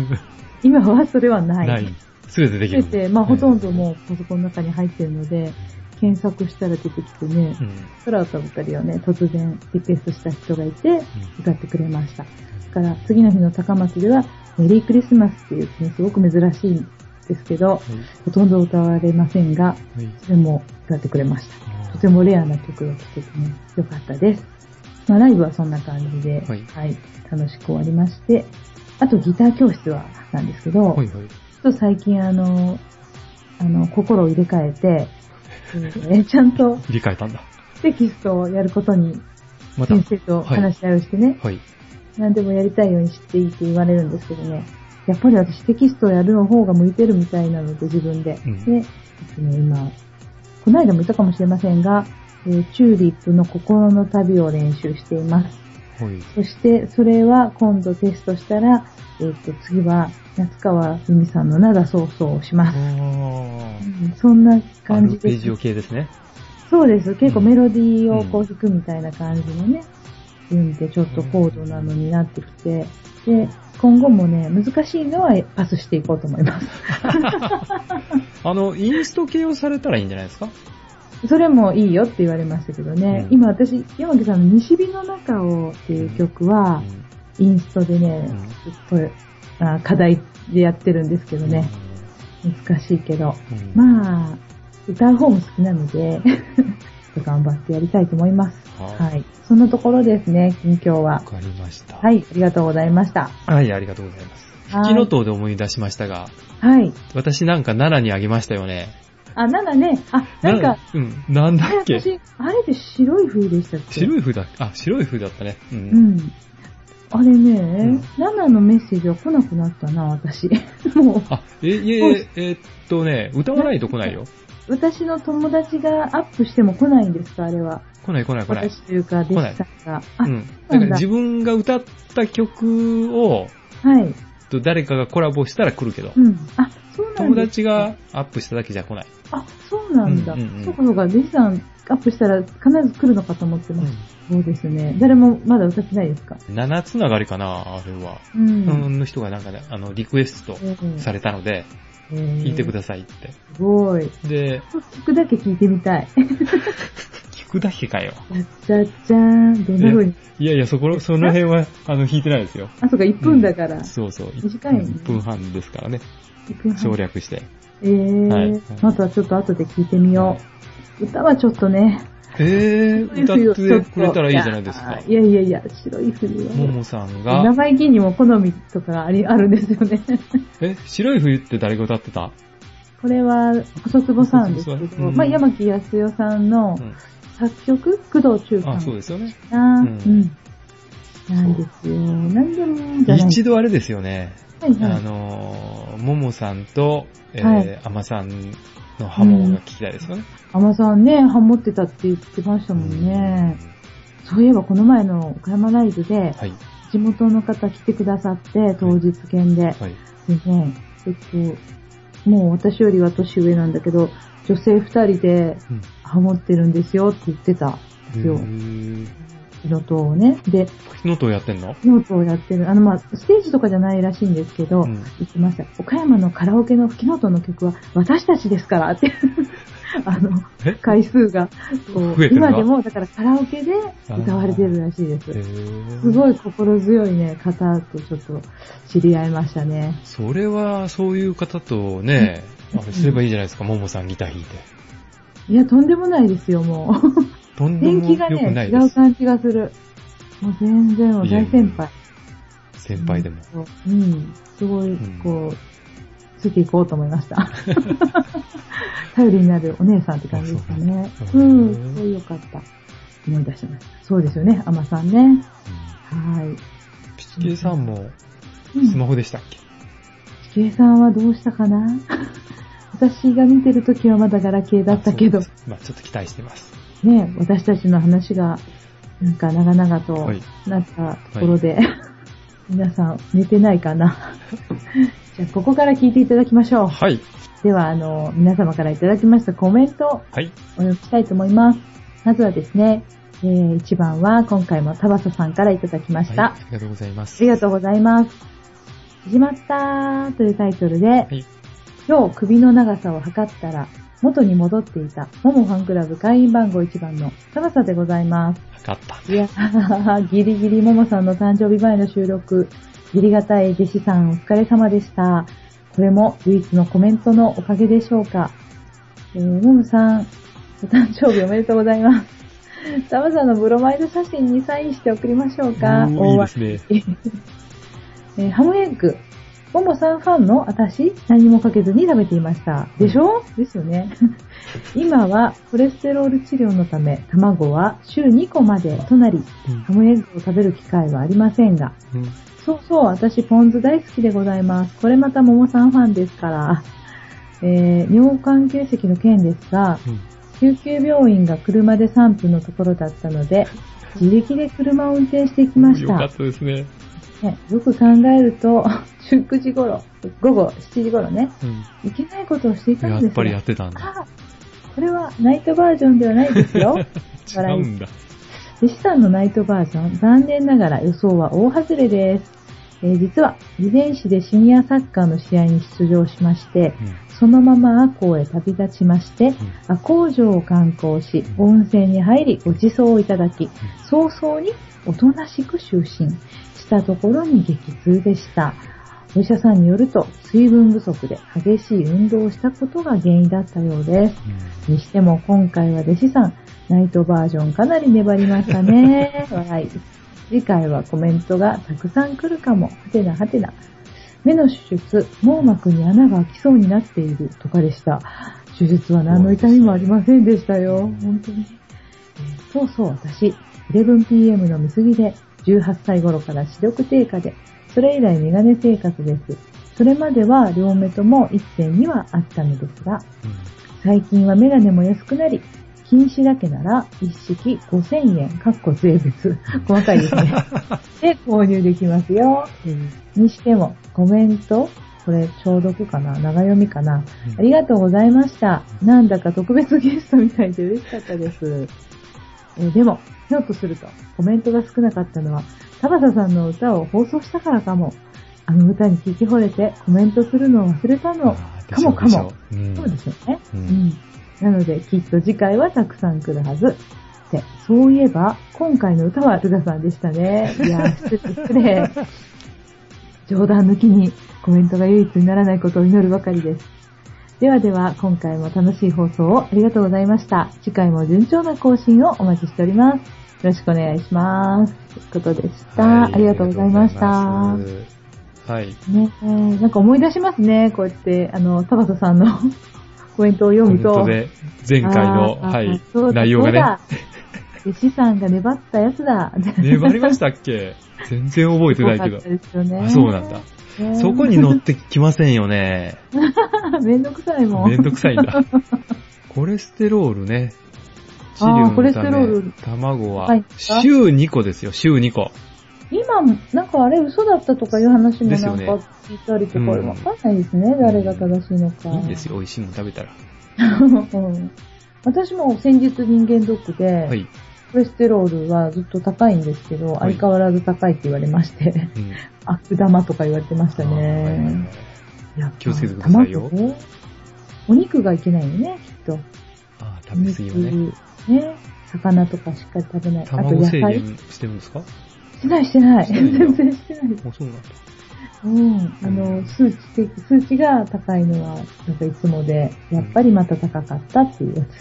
[SPEAKER 2] 今はそれは
[SPEAKER 1] ない。すべてできる。
[SPEAKER 2] すべて、まあ、ほとんどもうパソコンの中に入ってるので、検索したら出てきてね
[SPEAKER 1] う、ん。
[SPEAKER 2] 空を飛ぶ鳥をね、突然リクエストした人がいて、歌ってくれました。だから、次の日の高松では、メリークリスマスっていう、ね、すごく珍しいんですけど、ほとんど歌われませんが、
[SPEAKER 1] はいはい
[SPEAKER 2] それも歌ってくれました。
[SPEAKER 1] あー
[SPEAKER 2] とてもレアな曲が聴けてね、良かったです。まあ、ライブはそんな感じで、
[SPEAKER 1] はい
[SPEAKER 2] 楽しく終わりまして、あとギター教室は、なんですけど、
[SPEAKER 1] はいはい。
[SPEAKER 2] ちょっと最近あの、あの、心を入れ替えて、 えーちゃんと
[SPEAKER 1] 入れ替えたんだ。
[SPEAKER 2] テキストをやることに
[SPEAKER 1] また。
[SPEAKER 2] 先生と話し合いをしてね、
[SPEAKER 1] はい。
[SPEAKER 2] 何でもやりたいように知っていいって言われるんですけどね、やっぱり私テキストをやる方が向いてるみたいなので自分で。
[SPEAKER 1] うん
[SPEAKER 2] で、えっとね、今、この間も言ったかもしれませんが、えーチューリップの心の旅を練習しています。
[SPEAKER 1] はい。
[SPEAKER 2] そして、それは今度テストしたら、えっと、次は夏川由美さんの灘そうそうをします。
[SPEAKER 1] あ
[SPEAKER 2] うんそんな
[SPEAKER 1] あ。ア
[SPEAKER 2] 感
[SPEAKER 1] ル
[SPEAKER 2] じ
[SPEAKER 1] ペ
[SPEAKER 2] で
[SPEAKER 1] ジオ系ですね。
[SPEAKER 2] そうです。結構メロディーを
[SPEAKER 1] う
[SPEAKER 2] こうん弾くみたいな感じのね、うんってちょっと高度なのになってきて、で、今後もね、難しいのはパスしていこうと思い ます。
[SPEAKER 1] あの、インスト系をされたらいいんじゃないですか
[SPEAKER 2] それもいいよって言われましたけどね、
[SPEAKER 1] うん
[SPEAKER 2] 今私、山木さんの西日の中をっていう曲は、インストでね、ずっとあ課題でやってるんですけどね、難しいけど、
[SPEAKER 1] うん。
[SPEAKER 2] まあ、歌う方も好きなの で、頑張ってやりたいと思います。
[SPEAKER 1] はい
[SPEAKER 2] はい。そんなところですね、近況は
[SPEAKER 1] わ。かりました。。
[SPEAKER 2] はいい、ありがとうございました。
[SPEAKER 1] はい、ありがとうございます。
[SPEAKER 2] はい
[SPEAKER 1] 昨日とで思い出しましたが、
[SPEAKER 2] はい。
[SPEAKER 1] 私なんか奈良にあげましたよね。
[SPEAKER 2] あ、なんだね、あ、なんか、、
[SPEAKER 1] うん、なんだっ
[SPEAKER 2] あれ
[SPEAKER 1] け
[SPEAKER 2] 私、あれで白い風でしたっけい
[SPEAKER 1] 白い札、あ、白い札だったね。うん。
[SPEAKER 2] うん。あれね
[SPEAKER 1] ん、
[SPEAKER 2] ナナのメッセージは来なくなったな、私。 も
[SPEAKER 1] あ、え、いえいえ、えーっとね、歌わないと来ないよ。
[SPEAKER 2] う、私の友達がアップしても来ないんですか、あれは。
[SPEAKER 1] 来ない来ない来ない。
[SPEAKER 2] 私というか、弟子さんが。あ、
[SPEAKER 1] うん。だ
[SPEAKER 2] なんだ
[SPEAKER 1] から自分が歌った曲を、
[SPEAKER 2] はい。
[SPEAKER 1] と誰かがコラボしたら来るけど
[SPEAKER 2] う、ん。あ、そうなん
[SPEAKER 1] 友
[SPEAKER 2] だ。
[SPEAKER 1] 達がアップしただけじゃ来ない。
[SPEAKER 2] あ、そうなんだ。
[SPEAKER 1] う
[SPEAKER 2] そ
[SPEAKER 1] んうんうん
[SPEAKER 2] うかそうか、弟子さんアップしたら必ず来るのかと思ってます。そうですね。誰もまだ歌ってないですか
[SPEAKER 1] 七つながりかな、あれは。
[SPEAKER 2] う。
[SPEAKER 1] うんん、の人がなんかね、あの、リクエストされたので、聞
[SPEAKER 2] 聞
[SPEAKER 1] いてく
[SPEAKER 2] さ
[SPEAKER 1] ださいって。
[SPEAKER 2] い。すごい。
[SPEAKER 1] で、
[SPEAKER 2] 聞くだけ聞いてみたい。
[SPEAKER 1] 聞くだけかよ。
[SPEAKER 2] じゃっじゃっじゃーん。どんな風に。
[SPEAKER 1] いやいや、そこ、その辺は、 あの、弾いてないですよ。
[SPEAKER 2] あ、そうか、1分だから。
[SPEAKER 1] そうそう。
[SPEAKER 2] 短いね
[SPEAKER 1] 1分半ですからね。
[SPEAKER 2] 1分
[SPEAKER 1] 省
[SPEAKER 2] 半。
[SPEAKER 1] 略 して。
[SPEAKER 2] えー、
[SPEAKER 1] はい
[SPEAKER 2] またちょっと後で聞いてみよう。歌はちょっとね。
[SPEAKER 1] えー、歌ってくれたらいいじゃないですか
[SPEAKER 2] い。やいやいや、白い冬
[SPEAKER 1] も
[SPEAKER 2] は。
[SPEAKER 1] もさんが、
[SPEAKER 2] 生意気にも好みとかありあるんですよね。
[SPEAKER 1] え、白い冬って誰が歌ってた
[SPEAKER 2] これは、細坪さんですけ
[SPEAKER 1] 細坪さん
[SPEAKER 2] ど、
[SPEAKER 1] うん
[SPEAKER 2] まあ、山木康代さんの
[SPEAKER 1] うん。
[SPEAKER 2] 作曲、工藤中さ
[SPEAKER 1] あ、そう
[SPEAKER 2] ん
[SPEAKER 1] ですよね。
[SPEAKER 2] かな。
[SPEAKER 1] う
[SPEAKER 2] うんん。なんですよ。なんでもじゃない。
[SPEAKER 1] 一度あれですよね。
[SPEAKER 2] はい
[SPEAKER 1] あ
[SPEAKER 2] はい。
[SPEAKER 1] のー、ももさんと、え
[SPEAKER 2] は
[SPEAKER 1] ー、あまさんの波紋が聞きたいですよね。
[SPEAKER 2] アマさんね、ハモってたって言ってましたもんね。そういえばこの前の岡山ライブで、
[SPEAKER 1] はい。
[SPEAKER 2] 地元の方来てくださって、当日券で。
[SPEAKER 1] はい。
[SPEAKER 2] でね、えっと、もう私よりは年上なんだけど、女性二人で
[SPEAKER 1] うん
[SPEAKER 2] ハモってるんですよって言ってたんです
[SPEAKER 1] へ
[SPEAKER 2] よ。
[SPEAKER 1] ー
[SPEAKER 2] ノートをね。で、
[SPEAKER 1] ノートをやってんの
[SPEAKER 2] ノートをやってる。あの、まあ、ステージとかじゃないらしいんですけど、
[SPEAKER 1] うん
[SPEAKER 2] 言ってました。岡山のカラオケの吹きノートの曲は私たちですからって。 あの、
[SPEAKER 1] え
[SPEAKER 2] 回数が、こう
[SPEAKER 1] 増えてるな
[SPEAKER 2] 今でも、だからカラオケで歌われてるらしいです。す
[SPEAKER 1] す
[SPEAKER 2] ごい心強いね、方とちょっと知り合いましたね。
[SPEAKER 1] それは、そういう方とね、あれすればいいじゃないですか、ももさんギター弾いて。
[SPEAKER 2] いや、とんでもないですよ、もう。
[SPEAKER 1] とんで
[SPEAKER 2] 年
[SPEAKER 1] も
[SPEAKER 2] 季が
[SPEAKER 1] 良くな
[SPEAKER 2] ね、
[SPEAKER 1] い
[SPEAKER 2] 違
[SPEAKER 1] で
[SPEAKER 2] う
[SPEAKER 1] す。
[SPEAKER 2] 感じがする。もう全然もう大先輩。
[SPEAKER 1] 先輩でも。
[SPEAKER 2] うん。すごい
[SPEAKER 1] ん、
[SPEAKER 2] こう、ついていこうと思いました。頼りになるお姉さんって感じですかね
[SPEAKER 1] あ。そううなん
[SPEAKER 2] ん
[SPEAKER 1] だへー。
[SPEAKER 2] すごいよかった。思い出しました。そうですよね、アマさんね。は
[SPEAKER 1] ピチケイさんも
[SPEAKER 2] い。うん
[SPEAKER 1] スマホでしたっけ
[SPEAKER 2] 地形さんはどうしたかな 私が見てる時はまだガラケーだったけど
[SPEAKER 1] あ、そうですまあちょっと期待してます。
[SPEAKER 2] ね、私たちの話が、なんか長々と
[SPEAKER 1] はい
[SPEAKER 2] なったところで、 皆さん寝てないかな じゃあ、ここから聞いていただきましょう。
[SPEAKER 1] はい。
[SPEAKER 2] では、あの、皆様からいただきましたコメントを
[SPEAKER 1] はい。
[SPEAKER 2] お呼びしたいと思います。まずはですね、えー、1番は今回もタバサさんからいただきました。
[SPEAKER 1] はいありがとうございま
[SPEAKER 2] あ
[SPEAKER 1] す。
[SPEAKER 2] りがとうございます。始まったーというタイトルで、
[SPEAKER 1] い
[SPEAKER 2] 今日首の長さを測ったら、元に戻っていた、モモファンクラブ会員番号1番のタバサでございます。
[SPEAKER 1] わかった。
[SPEAKER 2] いや ー、ギリギリももさんの誕生日前の収録、ギリがたい弟子さんお疲れ様でした。これも唯一のコメントのおかげでしょうか。えー、ももさん、お誕生日おめでとうございます。 タマさんのブロマイド写真にサインして送りましょうか。
[SPEAKER 1] おーいいですね。
[SPEAKER 2] えーハムエッグ。ももさんファンの私、何もかけずに食べていました。でしょですよね。 今はコレステロール治療のため、卵は週2個までとなり、
[SPEAKER 1] うん
[SPEAKER 2] ハムエッグを食べる機会はありませんが。
[SPEAKER 1] うん
[SPEAKER 2] そうそう、私ポン酢大好きでございます。これまたももさんファンですから。えー尿管形石の件ですが、
[SPEAKER 1] うん
[SPEAKER 2] 救急病院が車で3分のところだったので、自力で車を運転してきまし
[SPEAKER 1] よか
[SPEAKER 2] た
[SPEAKER 1] っ。たですね。
[SPEAKER 2] ね、よく考えると、19時頃、午後7時頃ね、
[SPEAKER 1] うん
[SPEAKER 2] いけないことをしていたん
[SPEAKER 1] や
[SPEAKER 2] です
[SPEAKER 1] っ
[SPEAKER 2] よ
[SPEAKER 1] ぱりやってたんだ。
[SPEAKER 2] あこれはナイトバージョンではないですよ。
[SPEAKER 1] 違うんだ。
[SPEAKER 2] 弟子さんのナイトバージョン、残念ながら予想は大外れです。えー実は、備前市でシニアサッカーの試合に出場しまして、
[SPEAKER 1] うん
[SPEAKER 2] そのまま赤穂へ旅立ちまして、赤穂城を観光し、温泉に入り、ご馳走をいただき、早々におとなしく就寝したところに激痛でした。お医者さんによると、水分不足で激しい運動をしたことが原因だったようです。にしても今回は弟子さん、ナイトバージョンかなり粘りましたね。笑い。次回はコメントがたくさん来るかも。はてなはてな。目の手術、網膜に穴が開きそうになっているとかでした。手術は何の痛みもありませんでしたよ。本当に。そうそう、私、11pm の見過ぎで、18歳頃から視力低下で、それ以来メガネ生活です。それまでは両目とも1.2はあったのですが、最近はメガネも安くなり、禁止だけなら一式5000円、かっこ税別。 細かいですね。で、購入できますよ。にしても、コメントこれ、消毒かな長読みかなありがとうございました。なんだか特別ゲストみたいで嬉しかったです。えーでも、ひょっとすると、コメントが少なかったのは、田畑さんの歌を放送したからかも。あの歌に聞き惚れてコメントするのを忘れたの。かもかも。
[SPEAKER 1] うん
[SPEAKER 2] そうですよね。
[SPEAKER 1] う
[SPEAKER 2] うんん。なので、きっと次回はたくさん来るはず。で、そういえば、今回の歌は菅さんでした ね。いやー、失礼、失礼。冗談抜きにコメントが唯一にならないことを祈るばかりです。ではでは、今回も楽しい放送をありがとうございました。次回も順調な更新をお待ちしております。よろしくお願いします。ということでした。
[SPEAKER 1] はい
[SPEAKER 2] ありがとうございました。
[SPEAKER 1] ありがとうございますはい。
[SPEAKER 2] ねえーなんか思い出しますね、こうやって、あの、田畑さんの コメントを読
[SPEAKER 1] コメ
[SPEAKER 2] む
[SPEAKER 1] ン
[SPEAKER 2] と。
[SPEAKER 1] トで、前回の、
[SPEAKER 2] あー
[SPEAKER 1] はい
[SPEAKER 2] そう、だ
[SPEAKER 1] 内容が
[SPEAKER 2] そう
[SPEAKER 1] ね
[SPEAKER 2] だ、弟子さんが粘ったやつだ。
[SPEAKER 1] 粘りましたっけ全然覚えてないけど
[SPEAKER 2] 多か。ったですよね。
[SPEAKER 1] あ、そうなんだ。
[SPEAKER 2] ねえ
[SPEAKER 1] そこに乗ってきませんよね。
[SPEAKER 2] めんどくさいもん。
[SPEAKER 1] めんどくさいん だ。コレステロールね。治
[SPEAKER 2] あ
[SPEAKER 1] 療
[SPEAKER 2] ーコレ
[SPEAKER 1] の
[SPEAKER 2] ステ
[SPEAKER 1] た
[SPEAKER 2] ロ
[SPEAKER 1] め
[SPEAKER 2] ール、
[SPEAKER 1] 卵は
[SPEAKER 2] はい、
[SPEAKER 1] 週2個ですよ、週2個。
[SPEAKER 2] 今も、なんかあれ嘘だったとかいう話も
[SPEAKER 1] で
[SPEAKER 2] なん
[SPEAKER 1] す
[SPEAKER 2] か
[SPEAKER 1] よね
[SPEAKER 2] 聞いたりとか、
[SPEAKER 1] うん
[SPEAKER 2] わかんないですね、誰が正しいのか。
[SPEAKER 1] いいんですよ、美味しいの食べたら。
[SPEAKER 2] うん 私も先日人間ドックで、
[SPEAKER 1] はい。
[SPEAKER 2] コレステロールはずっと高いんですけど、
[SPEAKER 1] はい
[SPEAKER 2] 相変わらず高いって言われまして、
[SPEAKER 1] うん
[SPEAKER 2] 悪玉とか言われてました
[SPEAKER 1] あーはいはいは
[SPEAKER 2] ね
[SPEAKER 1] い。
[SPEAKER 2] やっぱ
[SPEAKER 1] 気をつけてくださいよ
[SPEAKER 2] 卵お肉がいけないよね、きっと。
[SPEAKER 1] あー食べ過ぎはね。
[SPEAKER 2] お肉ね魚とかしっかり食べない。あと
[SPEAKER 1] 卵
[SPEAKER 2] 野
[SPEAKER 1] 制
[SPEAKER 2] 菜
[SPEAKER 1] 限してるんですか
[SPEAKER 2] してないしてない。
[SPEAKER 1] してないんだ
[SPEAKER 2] 全然してない。
[SPEAKER 1] あ、そうなんだ。
[SPEAKER 2] うん。あの、数値的、数値が高いのは、なんかいつもで、やっぱりまた高かったっていうやつ。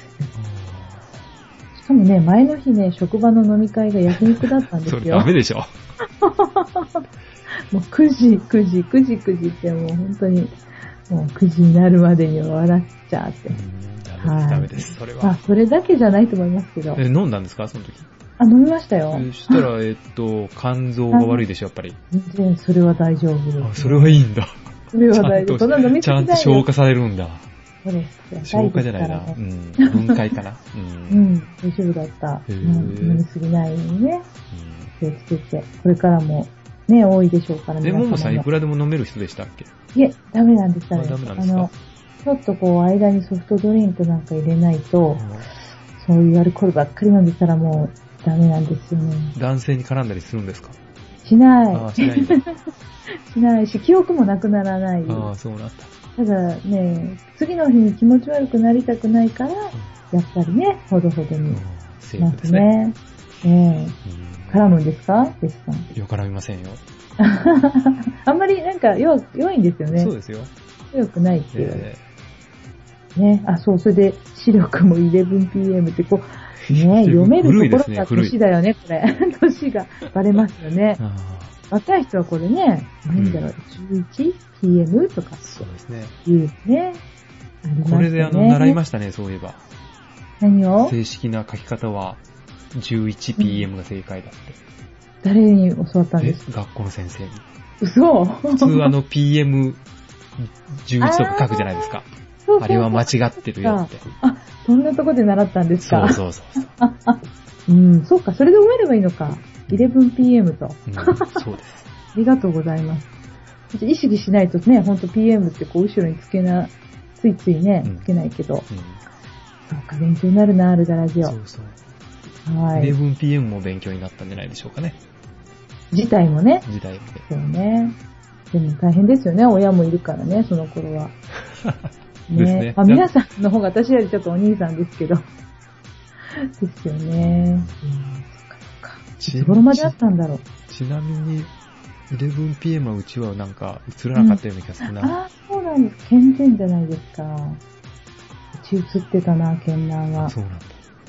[SPEAKER 2] しかもね、前の日ね、職場の飲み会が焼肉だったん
[SPEAKER 1] あー
[SPEAKER 2] で
[SPEAKER 1] それ
[SPEAKER 2] す
[SPEAKER 1] ダ
[SPEAKER 2] よ。
[SPEAKER 1] メでしょ。
[SPEAKER 2] もう9時、9時、9時、9時ってもう本当に、もう9時になるまでに終わらっちゃって
[SPEAKER 1] う。んダメで
[SPEAKER 2] は
[SPEAKER 1] す、
[SPEAKER 2] い
[SPEAKER 1] ダメです、それ
[SPEAKER 2] まあ
[SPEAKER 1] は。、
[SPEAKER 2] それだけじゃないと思いますけど
[SPEAKER 1] え、。飲んだんですかその時。
[SPEAKER 2] あ、飲みましたよ。
[SPEAKER 1] そしたら、えっと、肝臓が悪いでしょ、やっぱり。
[SPEAKER 2] 全然、それは大丈夫です。
[SPEAKER 1] あ、それはいいんだ。
[SPEAKER 2] それは
[SPEAKER 1] ちゃ
[SPEAKER 2] 大
[SPEAKER 1] ん
[SPEAKER 2] 丈
[SPEAKER 1] と、
[SPEAKER 2] 夫。そんな飲み
[SPEAKER 1] ちゃ
[SPEAKER 2] 過
[SPEAKER 1] ん
[SPEAKER 2] ぎ
[SPEAKER 1] と
[SPEAKER 2] だ
[SPEAKER 1] 消
[SPEAKER 2] よ。
[SPEAKER 1] 化されるんだ。
[SPEAKER 2] そうです
[SPEAKER 1] 消化じゃないな。うん。分解かな。う。
[SPEAKER 2] うんん、大丈夫だった。う
[SPEAKER 1] へー
[SPEAKER 2] ん飲み過ぎないようにね、気をつけて。これからも、ね、多いでしょうから
[SPEAKER 1] うん
[SPEAKER 2] ね。
[SPEAKER 1] で、ももさんいく
[SPEAKER 2] ら
[SPEAKER 1] らでも飲める人でしたっけ
[SPEAKER 2] いえ、ダメなんです、ダメ
[SPEAKER 1] あ
[SPEAKER 2] で
[SPEAKER 1] ダメ
[SPEAKER 2] す。
[SPEAKER 1] なん
[SPEAKER 2] あ
[SPEAKER 1] ですか
[SPEAKER 2] の、ちょっとこう、間にソフトドリンクなんか入れないと、そういうアルコールばっかり飲んでたらもう、ダメなんですよね。
[SPEAKER 1] 男性に絡んだりするんですか
[SPEAKER 2] し
[SPEAKER 1] あ
[SPEAKER 2] な
[SPEAKER 1] あ、し ないんだ。
[SPEAKER 2] い。しないし、記憶もなくならない。
[SPEAKER 1] ああ、そうなんだ。
[SPEAKER 2] ただね、次の日に気持ち悪くなりたくないから、やっぱりね、ほどほど
[SPEAKER 1] う
[SPEAKER 2] に
[SPEAKER 1] ん。セー
[SPEAKER 2] ま
[SPEAKER 1] フですすね。
[SPEAKER 2] ね。ええ
[SPEAKER 1] うん
[SPEAKER 2] 絡むんですか弟子さん。
[SPEAKER 1] よ絡みませんよ。
[SPEAKER 2] あんまりなんか弱弱いんですよね
[SPEAKER 1] そう。ですよ。
[SPEAKER 2] 強くないっていう。
[SPEAKER 1] え
[SPEAKER 2] ね。あ、そう、それで視力も 11pm って こう、ね、読め
[SPEAKER 1] 古いで
[SPEAKER 2] ると
[SPEAKER 1] す
[SPEAKER 2] こ
[SPEAKER 1] ね
[SPEAKER 2] ろが年だよね、これ。 年がバレますよね
[SPEAKER 1] え。。ああ、
[SPEAKER 2] 若い人はこれね、なんだろう、11pm とか
[SPEAKER 1] そうですね。
[SPEAKER 2] いうね。ありますよね
[SPEAKER 1] これであの、習いましたね、そういえば。
[SPEAKER 2] 何を
[SPEAKER 1] 正式な書き方は、11pm が正解だって。
[SPEAKER 2] 誰に教わったん
[SPEAKER 1] え
[SPEAKER 2] ですか
[SPEAKER 1] 学校の先生 に。
[SPEAKER 2] 嘘
[SPEAKER 1] 普通あの PM11 とか書くじゃないですか。あれは間違
[SPEAKER 2] 違
[SPEAKER 1] ってるよって。
[SPEAKER 2] そんなとこで習ったんです
[SPEAKER 1] そ
[SPEAKER 2] か
[SPEAKER 1] うそうそうそう。
[SPEAKER 2] うん、そうか、それで覚えればいいのか。11pm と。
[SPEAKER 1] うんそうです。
[SPEAKER 2] ありがとうございます。意識しないとね、ほんと PM ってこう後ろにつけな、ついついね
[SPEAKER 1] うん、
[SPEAKER 2] つけないけど。
[SPEAKER 1] うん
[SPEAKER 2] そうか、勉強になるな、アルガラジオ
[SPEAKER 1] そ。うそう。
[SPEAKER 2] はい。
[SPEAKER 1] 11PM も勉強になったんじゃないでしょうかね。
[SPEAKER 2] 自体もね。
[SPEAKER 1] 時代もね。
[SPEAKER 2] そうね。でも大変ですよね、親もいるからね、その頃 は。
[SPEAKER 1] ですね
[SPEAKER 2] まあ、皆さんの方が私よりちょっとお兄さんですけど。 ですよね。うんそっかそっか。い
[SPEAKER 1] ち
[SPEAKER 2] つ頃まであったんだろう。
[SPEAKER 1] ちなみに、 11pm はうちはなんか映らなかったような気がするな。
[SPEAKER 2] ああ、そうなんです。健全じゃないですか。うち映ってたな、県南は。
[SPEAKER 1] そうなんだ。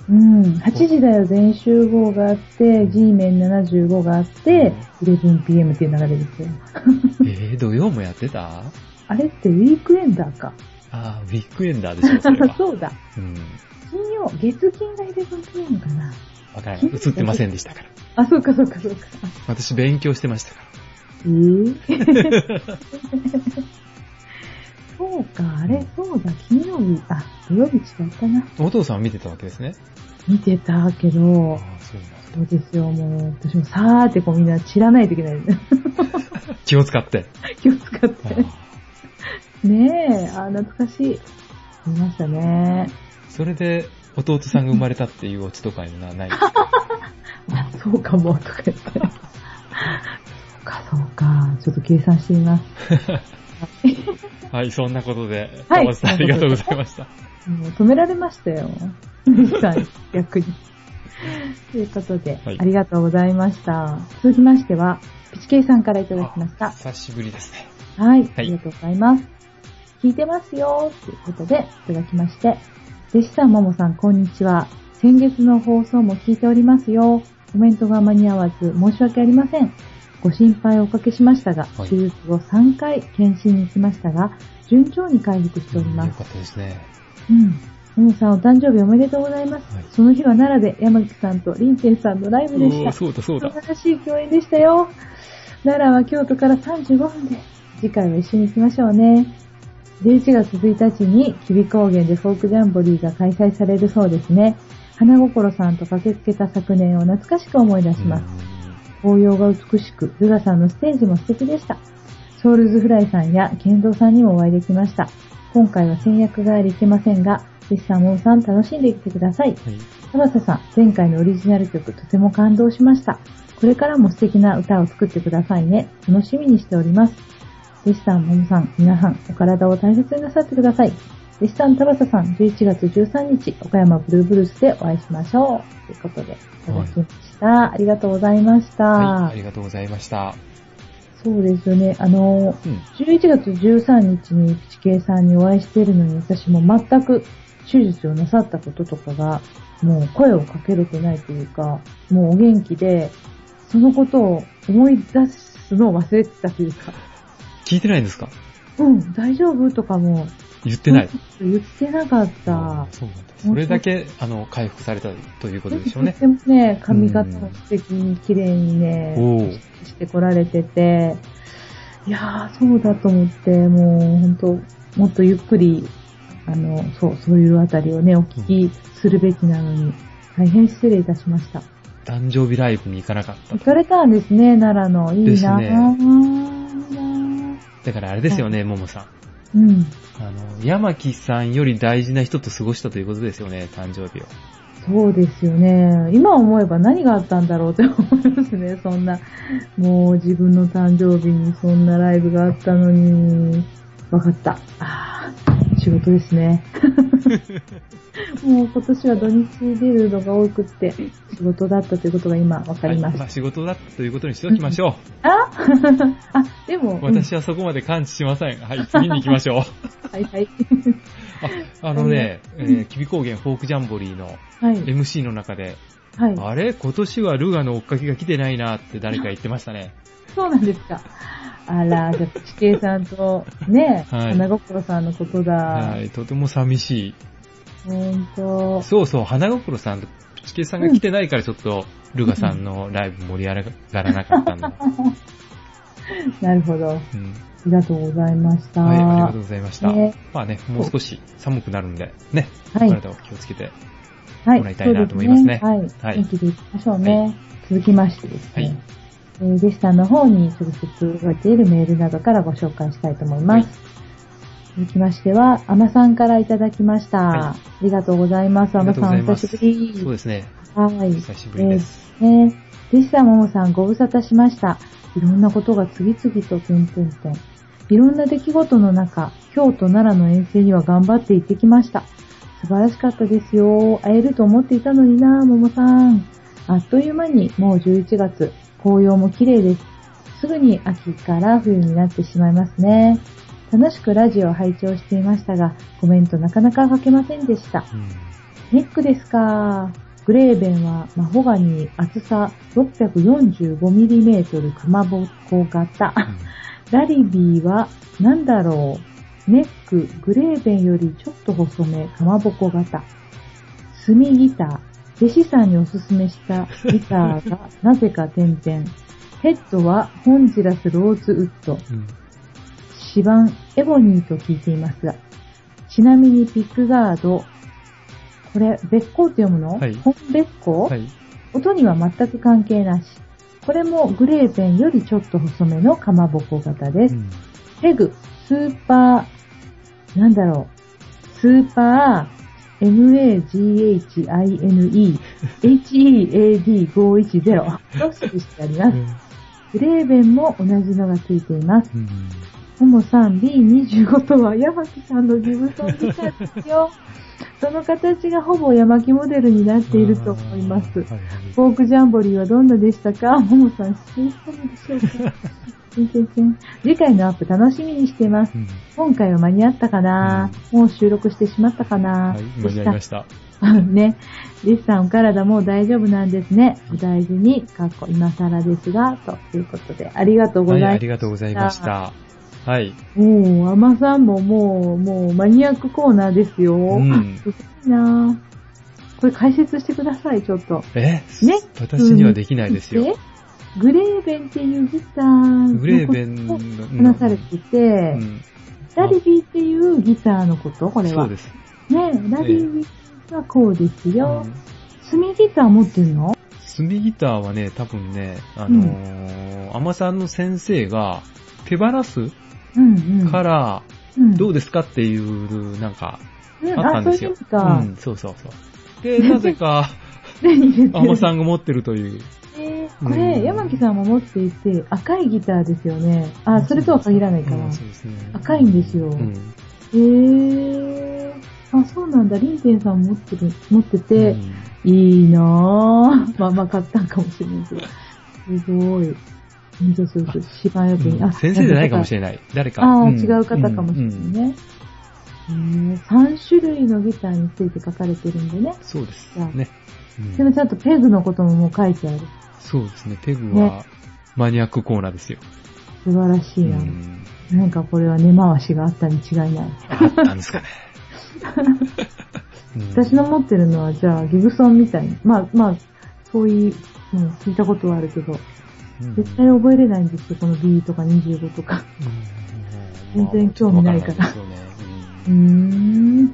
[SPEAKER 2] うん。8時だよ、全集合があって、G 面75があって、11pm っていう流れですよ。
[SPEAKER 1] えー、土曜もやってた
[SPEAKER 2] あれってウィークエンダーか。。
[SPEAKER 1] あー、ウィークエンダーでしょ、それは
[SPEAKER 2] そうだ。
[SPEAKER 1] うん。
[SPEAKER 2] 金曜、月金が 11pm かな。
[SPEAKER 1] わからない。映ってませんでしたから。
[SPEAKER 2] あ、そうかそうかそうか。
[SPEAKER 1] 私勉強してましたか
[SPEAKER 2] えー、 そうか、あれ、そうだ、金曜日、あ、土曜日違ったな。
[SPEAKER 1] ら。お父さんは見てたわけですね。
[SPEAKER 2] 見てたけ
[SPEAKER 1] あ
[SPEAKER 2] ど、
[SPEAKER 1] ーそうなんだ。
[SPEAKER 2] そうですよ、もう、私もさーってこうみんな散らないといけない。
[SPEAKER 1] 気を使って。
[SPEAKER 2] 気を使っ
[SPEAKER 1] あ
[SPEAKER 2] て。
[SPEAKER 1] ー
[SPEAKER 2] ねえ、あ、懐かしい。見ましたね。
[SPEAKER 1] それで、弟さんが生まれたっていうオチとかいうのは ない。
[SPEAKER 2] あ、そうかも、とか言 って。そうか、そうか。ちょっと計算してみます。
[SPEAKER 1] はい、そんなことで、
[SPEAKER 2] はい
[SPEAKER 1] 川内さんありがとうございました。
[SPEAKER 2] もう止められまし たよ。皆さん、逆に。ということで、
[SPEAKER 1] はい
[SPEAKER 2] ありがとうございました。続きましては、ピチケイさんからいただきました。
[SPEAKER 1] 久しぶりですね。
[SPEAKER 2] はい、ありがとうございます。聞いてますよということで、いただきまして。弟子さん、ももさん、こんにちは。先月の放送も聞いておりますよ。コメントが間に合わず申し訳ありません。ご心配をおかけしましたが、
[SPEAKER 1] はい
[SPEAKER 2] 手術後3回検診に行きましたが、順調に回復しております
[SPEAKER 1] よ。かったですね。
[SPEAKER 2] うん。ももさんお誕生日おめでとうございます。
[SPEAKER 1] はい
[SPEAKER 2] その日は奈良で山木さんと林健さんのライブでし
[SPEAKER 1] お
[SPEAKER 2] た。
[SPEAKER 1] ー
[SPEAKER 2] 素
[SPEAKER 1] そうだそうだ。
[SPEAKER 2] 晴らしい共演でしたよ。奈良は京都から35分で、次回は一緒に行きましょうね。11月1日に、吉備高原でフォークジャンボリーが開催されるそうですね。花心さんと駆けつけた昨年を懐かしく思い出します。紅葉が美しく、ルガさんのステージも素敵でした。ソウルズフライさんやケンゾーさんにもお会いできました。今回は戦略がありいけませんが、ぜひさん、モンさん楽しんできてください。
[SPEAKER 1] うんはい
[SPEAKER 2] 田畑さん、前回のオリジナル曲とても感動しました。これからも素敵な歌を作ってくださいね。楽しみにしております。弟子さん、ももさん、皆さん、お体を大切になさってください。弟子さん、田畑さん、11月13日、岡山ブルーブルースでお会いしましょう。ということで、いただきました。ありがとうございました。
[SPEAKER 1] はい、ありがとうございました。
[SPEAKER 2] そうですよね。あの、
[SPEAKER 1] うん。
[SPEAKER 2] 11月13日にピチケイさんにお会いしているのに、私も全く手術をなさったこととかが、もう声をかけれてないというか、もうお元気で、そのことを思い出すのを忘れてたというか、
[SPEAKER 1] 聞いてないんですか
[SPEAKER 2] うん、大丈夫とかも
[SPEAKER 1] 言ってない。
[SPEAKER 2] 言ってなかっ
[SPEAKER 1] あ
[SPEAKER 2] た
[SPEAKER 1] ー。そうなんだ。それだけ、あの、回復されたということでしょうね。
[SPEAKER 2] でもね、髪型も素敵に綺麗にね、
[SPEAKER 1] おー
[SPEAKER 2] してこられてて、いやー、そうだと思って、もう本当、もっとゆっくり、あの、そう、そういうあたりをね、お聞きするべきなのに、大変失礼いたしました。
[SPEAKER 1] 誕生日ライブに行かなかった
[SPEAKER 2] 行。かれたんですね、奈良の。いいな
[SPEAKER 1] ですね
[SPEAKER 2] ー
[SPEAKER 1] だからあれですよね、ももさん。
[SPEAKER 2] うん。
[SPEAKER 1] あの、山木さんより大事な人と過ごしたということですよね、誕生日を。
[SPEAKER 2] そうですよね。今思えば何があったんだろうって 思いますね。そんな、もう自分の誕生日にそんなライブがあったのに、わかった。あー仕事で すね。もう今年は土日出るのが多くって、仕事だったということが今わかりま
[SPEAKER 1] はいま
[SPEAKER 2] した。
[SPEAKER 1] あ仕事だということにしておきましょ
[SPEAKER 2] あ、 でも、
[SPEAKER 1] う。私はそこまで感知しません。はい、次に行きまし ょう。
[SPEAKER 2] うんはいはい。
[SPEAKER 1] あ、あのね、えー、キビ高原フォークジャンボリーの
[SPEAKER 2] はい。
[SPEAKER 1] MC の中で、
[SPEAKER 2] はい。
[SPEAKER 1] あれ今年はルガの追っかけが来てないなって誰か言ってましたね。
[SPEAKER 2] そうなんですか。あら、じゃあ、地形さんと、ね、
[SPEAKER 1] はい
[SPEAKER 2] 花心さんのことだ。
[SPEAKER 1] はい、とても寂しい。
[SPEAKER 2] ほん と。
[SPEAKER 1] そうそう、花心さんとピチケイさんが来てないからちょっと、ルガさんのライブ盛り上がらなかったん だ。
[SPEAKER 2] なるほど。
[SPEAKER 1] うん
[SPEAKER 2] ありがとうございました。
[SPEAKER 1] はい、ありがとうございました。
[SPEAKER 2] ね
[SPEAKER 1] まあね、もう少し寒くなるんで、ね、
[SPEAKER 2] はい
[SPEAKER 1] 体を気をつけて。
[SPEAKER 2] はい
[SPEAKER 1] もらいたいなと思いますね
[SPEAKER 2] そうで
[SPEAKER 1] は
[SPEAKER 2] はいい。元気でいきましょうね。続きましてですね。
[SPEAKER 1] はい
[SPEAKER 2] えー、弟子さんの方に直接届いているメールなどからご紹介したいと思います。続きましては、あまさんからいただきました。
[SPEAKER 1] はい
[SPEAKER 2] ありがとうございます。
[SPEAKER 1] あ
[SPEAKER 2] あ
[SPEAKER 1] りが
[SPEAKER 2] ま
[SPEAKER 1] とう
[SPEAKER 2] さ
[SPEAKER 1] ご
[SPEAKER 2] ん、お
[SPEAKER 1] ざいま
[SPEAKER 2] 久
[SPEAKER 1] す。
[SPEAKER 2] しぶり。
[SPEAKER 1] そうですね、
[SPEAKER 2] はい。
[SPEAKER 1] 久しぶりです。
[SPEAKER 2] えーね弟子さん、ももさん、ご無沙汰しました。いろんなことが次々と点々点。いろんな出来事の中、京都奈良の遠征には頑張って行ってきました。素晴らしかったですよ。会えると思っていたのにな、ももさん。あっという間にもう11月、紅葉も綺麗です。すぐに秋から冬になってしまいますね。楽しくラジオを拝聴していましたが、コメントなかなか書けませんでした。
[SPEAKER 1] うん
[SPEAKER 2] ネックですか。グレーベンはマホガニ厚さ 645mm かまぼこ型。ラリビーは何だろうネック、グレーベンよりちょっと細め、かまぼこ型。炭ギター、弟子さんにおすすめしたギターがなぜか点々。ヘッドはホンジラスローズウッド。
[SPEAKER 1] うん
[SPEAKER 2] 指板、エボニーと聞いていますが。ちなみにピックガード、これ、べっこうって読むの、
[SPEAKER 1] はい
[SPEAKER 2] 本べっこう、
[SPEAKER 1] はい。
[SPEAKER 2] 音には全く関係なし。これもグレーベンよりちょっと細めのかまぼこ型です。
[SPEAKER 1] うん
[SPEAKER 2] ペグ、スーパー、なんだろう、スーパー、MAGHINE、HEAD510 と記してあります。グレーベンも同じのがついています。
[SPEAKER 1] うん
[SPEAKER 2] ももさん B25 とは山木さんのギブソンギターですよ。その形がほぼ山木モデルになっていると思います。
[SPEAKER 1] あーはいはい
[SPEAKER 2] フォークジャンボリーはどんなでしたかももさん、失礼したのでしょうかチンチンチン次回のアップ楽しみにしています。
[SPEAKER 1] うん
[SPEAKER 2] 今回は間に合ったかな、もう収録してしまったかな、
[SPEAKER 1] はい、間に合いま
[SPEAKER 2] し
[SPEAKER 1] した。
[SPEAKER 2] た。ね。リスさん、お体もう大丈夫なんですね。お大事に、かっこ今更ですが、ということで、ありがとうござ
[SPEAKER 1] はいい、
[SPEAKER 2] ます。
[SPEAKER 1] ありがとうございまし。た。はい。
[SPEAKER 2] もう、アマさんももう、もうマニアックコーナーですよ。
[SPEAKER 1] うん
[SPEAKER 2] すごいなこれ解説してください、ちょっと。
[SPEAKER 1] え
[SPEAKER 2] ね
[SPEAKER 1] 私にはできないですよ。
[SPEAKER 2] うん。グレーベンっていうギター
[SPEAKER 1] グレーベン
[SPEAKER 2] の
[SPEAKER 1] の、う
[SPEAKER 2] こと
[SPEAKER 1] ん
[SPEAKER 2] を話されてて、
[SPEAKER 1] うん
[SPEAKER 2] ラリビーっていうギターのことこれは。
[SPEAKER 1] そうです。
[SPEAKER 2] ねラリーはこうです
[SPEAKER 1] う
[SPEAKER 2] よ。
[SPEAKER 1] ん
[SPEAKER 2] 炭ギター持ってるの
[SPEAKER 1] 炭ギターはね、多分ね、あのー、アマさんの先生が手放す
[SPEAKER 2] うんうん。
[SPEAKER 1] から、
[SPEAKER 2] うん、
[SPEAKER 1] どうですかっていう、なんか、
[SPEAKER 2] うん
[SPEAKER 1] あったんですよ。
[SPEAKER 2] あ、そう
[SPEAKER 1] う、
[SPEAKER 2] いうん
[SPEAKER 1] そうそうそう。で、なぜ か、
[SPEAKER 2] ですか。
[SPEAKER 1] アマさんが持ってるという。
[SPEAKER 2] えー
[SPEAKER 1] うん
[SPEAKER 2] これ、山木さんも持っていて、赤いギターですよね。あ、それとは限らないか
[SPEAKER 1] う
[SPEAKER 2] ら
[SPEAKER 1] ん。そうですね
[SPEAKER 2] 赤いんですよ
[SPEAKER 1] うん
[SPEAKER 2] へえー。あ、そうなんだ。リンテンさんも持ってる、持ってて、
[SPEAKER 1] うん
[SPEAKER 2] いいなぁ。ま あまあ買ったんかもしれないけど。すごい。うんそうそうそう。芝居に。
[SPEAKER 1] うん先生じゃないかもし
[SPEAKER 2] れ
[SPEAKER 1] れない。誰か。
[SPEAKER 2] ああ、
[SPEAKER 1] うん
[SPEAKER 2] 違う方かもしれ
[SPEAKER 1] うん
[SPEAKER 2] ない
[SPEAKER 1] うん
[SPEAKER 2] ね。へえ3種類のギターについて書かれてるんでね。
[SPEAKER 1] そうです
[SPEAKER 2] じゃあ。
[SPEAKER 1] ね。うん
[SPEAKER 2] でもちゃんとペグのことももう書いてある。
[SPEAKER 1] そうですね。ペグはマニアックコーナーですよ。
[SPEAKER 2] 素晴らしいな。
[SPEAKER 1] うん
[SPEAKER 2] なんかこれは根回しがあったに違いない。
[SPEAKER 1] あったんですかね。うん
[SPEAKER 2] 私の持ってるのはじゃあギブソンみたいに。まあまあ、そういう、うん、聞いたことはあるけど、
[SPEAKER 1] うん
[SPEAKER 2] 絶対覚えれないんですよ。この B とか25とか。
[SPEAKER 1] うん
[SPEAKER 2] 全然興味ないから
[SPEAKER 1] まあわんないですよね
[SPEAKER 2] うー
[SPEAKER 1] うん
[SPEAKER 2] ん。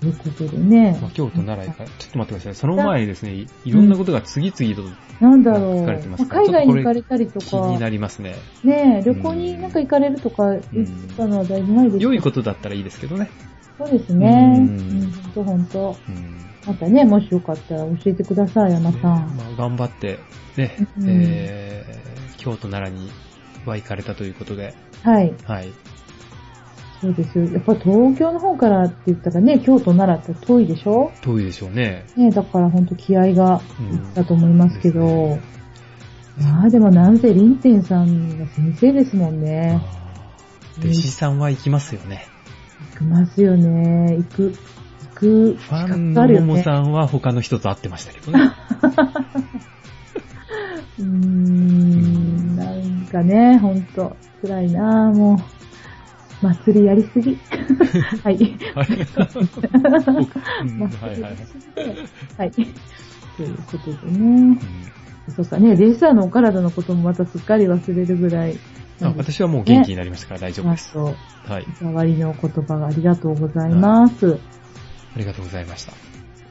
[SPEAKER 2] ということでね
[SPEAKER 1] まあ。京都、奈良から、ちょっと待ってください。その前にですね、いいろんなことが次々と
[SPEAKER 2] なんだろう。
[SPEAKER 1] 書かれてますか
[SPEAKER 2] 海外に行かれたりと
[SPEAKER 1] 気
[SPEAKER 2] か
[SPEAKER 1] に、なりますね。
[SPEAKER 2] ねえ旅行になんか行かれるとか言ってたのは大事ないですか
[SPEAKER 1] 良いことだったらいいですけどね。
[SPEAKER 2] そうですね。う
[SPEAKER 1] うん
[SPEAKER 2] ん、ほんとほんと。
[SPEAKER 1] うん
[SPEAKER 2] またね、もしよかったら教えてください、山
[SPEAKER 1] ね
[SPEAKER 2] さん。
[SPEAKER 1] まあ、頑張って、ね、
[SPEAKER 2] うん
[SPEAKER 1] えー、京都、奈良には行かれたということで、
[SPEAKER 2] はい。
[SPEAKER 1] はい。
[SPEAKER 2] そうですよ。やっぱ東京の方からって言ったらね、京都、奈良って遠いでしょ
[SPEAKER 1] 遠いでしょうね。
[SPEAKER 2] ねえだからほんと気合が
[SPEAKER 1] うん
[SPEAKER 2] だと思いますけど。
[SPEAKER 1] ですね
[SPEAKER 2] まあでもなんせ林天さんが先生ですもんね。
[SPEAKER 1] あー弟子さんは行きますよね。
[SPEAKER 2] 行きますよね。行く、行く
[SPEAKER 1] フ
[SPEAKER 2] 資
[SPEAKER 1] ァン
[SPEAKER 2] 格あ
[SPEAKER 1] のも
[SPEAKER 2] るよね。
[SPEAKER 1] もさんは他の人と会ってましたけどね。
[SPEAKER 2] うーん、なんかね、ほんと、辛いなぁ、もう。祭りやりす ぎ。はい。
[SPEAKER 1] はい うんは
[SPEAKER 2] 祭
[SPEAKER 1] い
[SPEAKER 2] りや
[SPEAKER 1] はい
[SPEAKER 2] りすぎで。はい。ということでね。そうかね、レーサーのお体のこともまたすっかり忘れるぐらい。
[SPEAKER 1] うんあ私はもう元気になりましたから大丈夫です。
[SPEAKER 2] そう。
[SPEAKER 1] はい。
[SPEAKER 2] おわりのお言葉がありがとうございます。
[SPEAKER 1] ありがとうございました。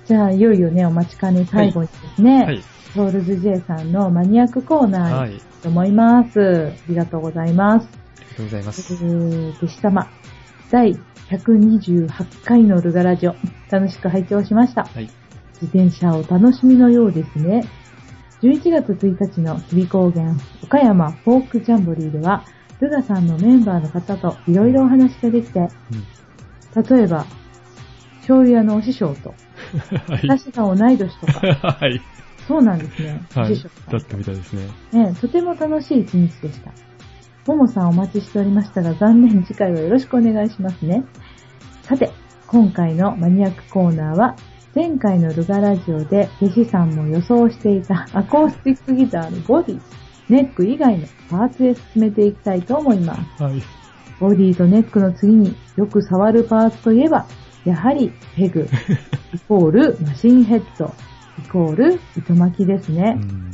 [SPEAKER 2] じゃあ、いよいよね、お待ちかね最後にですね、
[SPEAKER 1] はい。
[SPEAKER 2] ロールズ J さんのマニアックコーナーに
[SPEAKER 1] はい。あり
[SPEAKER 2] と思います。ありがとうございます。
[SPEAKER 1] がとうございま
[SPEAKER 2] え
[SPEAKER 1] す。
[SPEAKER 2] ー、弟子様、第128回のルガラジオ、楽しく拝聴しました。
[SPEAKER 1] はい。
[SPEAKER 2] 自転車を楽しみのようですね。11月1日の日比高原岡山フォークジャンボリーでは、ルガさんのメンバーの方といろいろお話ができて、
[SPEAKER 1] うん
[SPEAKER 2] 例えば、醤油屋のお師匠と、
[SPEAKER 1] はい。
[SPEAKER 2] 私が同い年とか、
[SPEAKER 1] はい。
[SPEAKER 2] そうなんですね。
[SPEAKER 1] はい。
[SPEAKER 2] 住職さ
[SPEAKER 1] だ
[SPEAKER 2] ん
[SPEAKER 1] ったみたいですね。
[SPEAKER 2] ね、とても楽しい一日でした。ももさんお待ちしておりましたが、残念、次回はよろしくお願いしますね。さて、今回のマニアックコーナーは、前回のルガラジオで、弟子さんも予想していた アコースティックギターのボディ、ネック以外のパーツへ進めていきたいと思います。
[SPEAKER 1] はい。
[SPEAKER 2] ボディとネックの次によく触るパーツといえば、やはりペグ、イコールマシンヘッド、イコール糸巻きですね。
[SPEAKER 1] うん。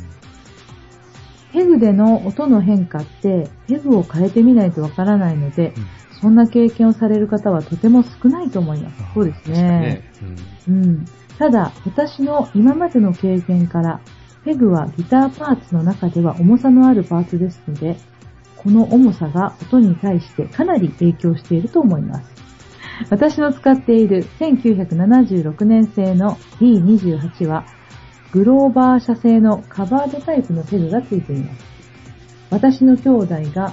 [SPEAKER 2] ペグでの音の変化って、ペグを変えてみないとわからないので、
[SPEAKER 1] うん
[SPEAKER 2] そんな経験をされる方はとても少ないと思います。そうですね。。
[SPEAKER 1] 確かにね
[SPEAKER 2] うん。ただ、私の今までの経験から、ペグはギターパーツの中では重さのあるパーツですので、この重さが音に対してかなり影響していると思います。私の使っている1976年製の D28 は、グローバー社製のカバードタイプのペグが付いています。私の兄弟が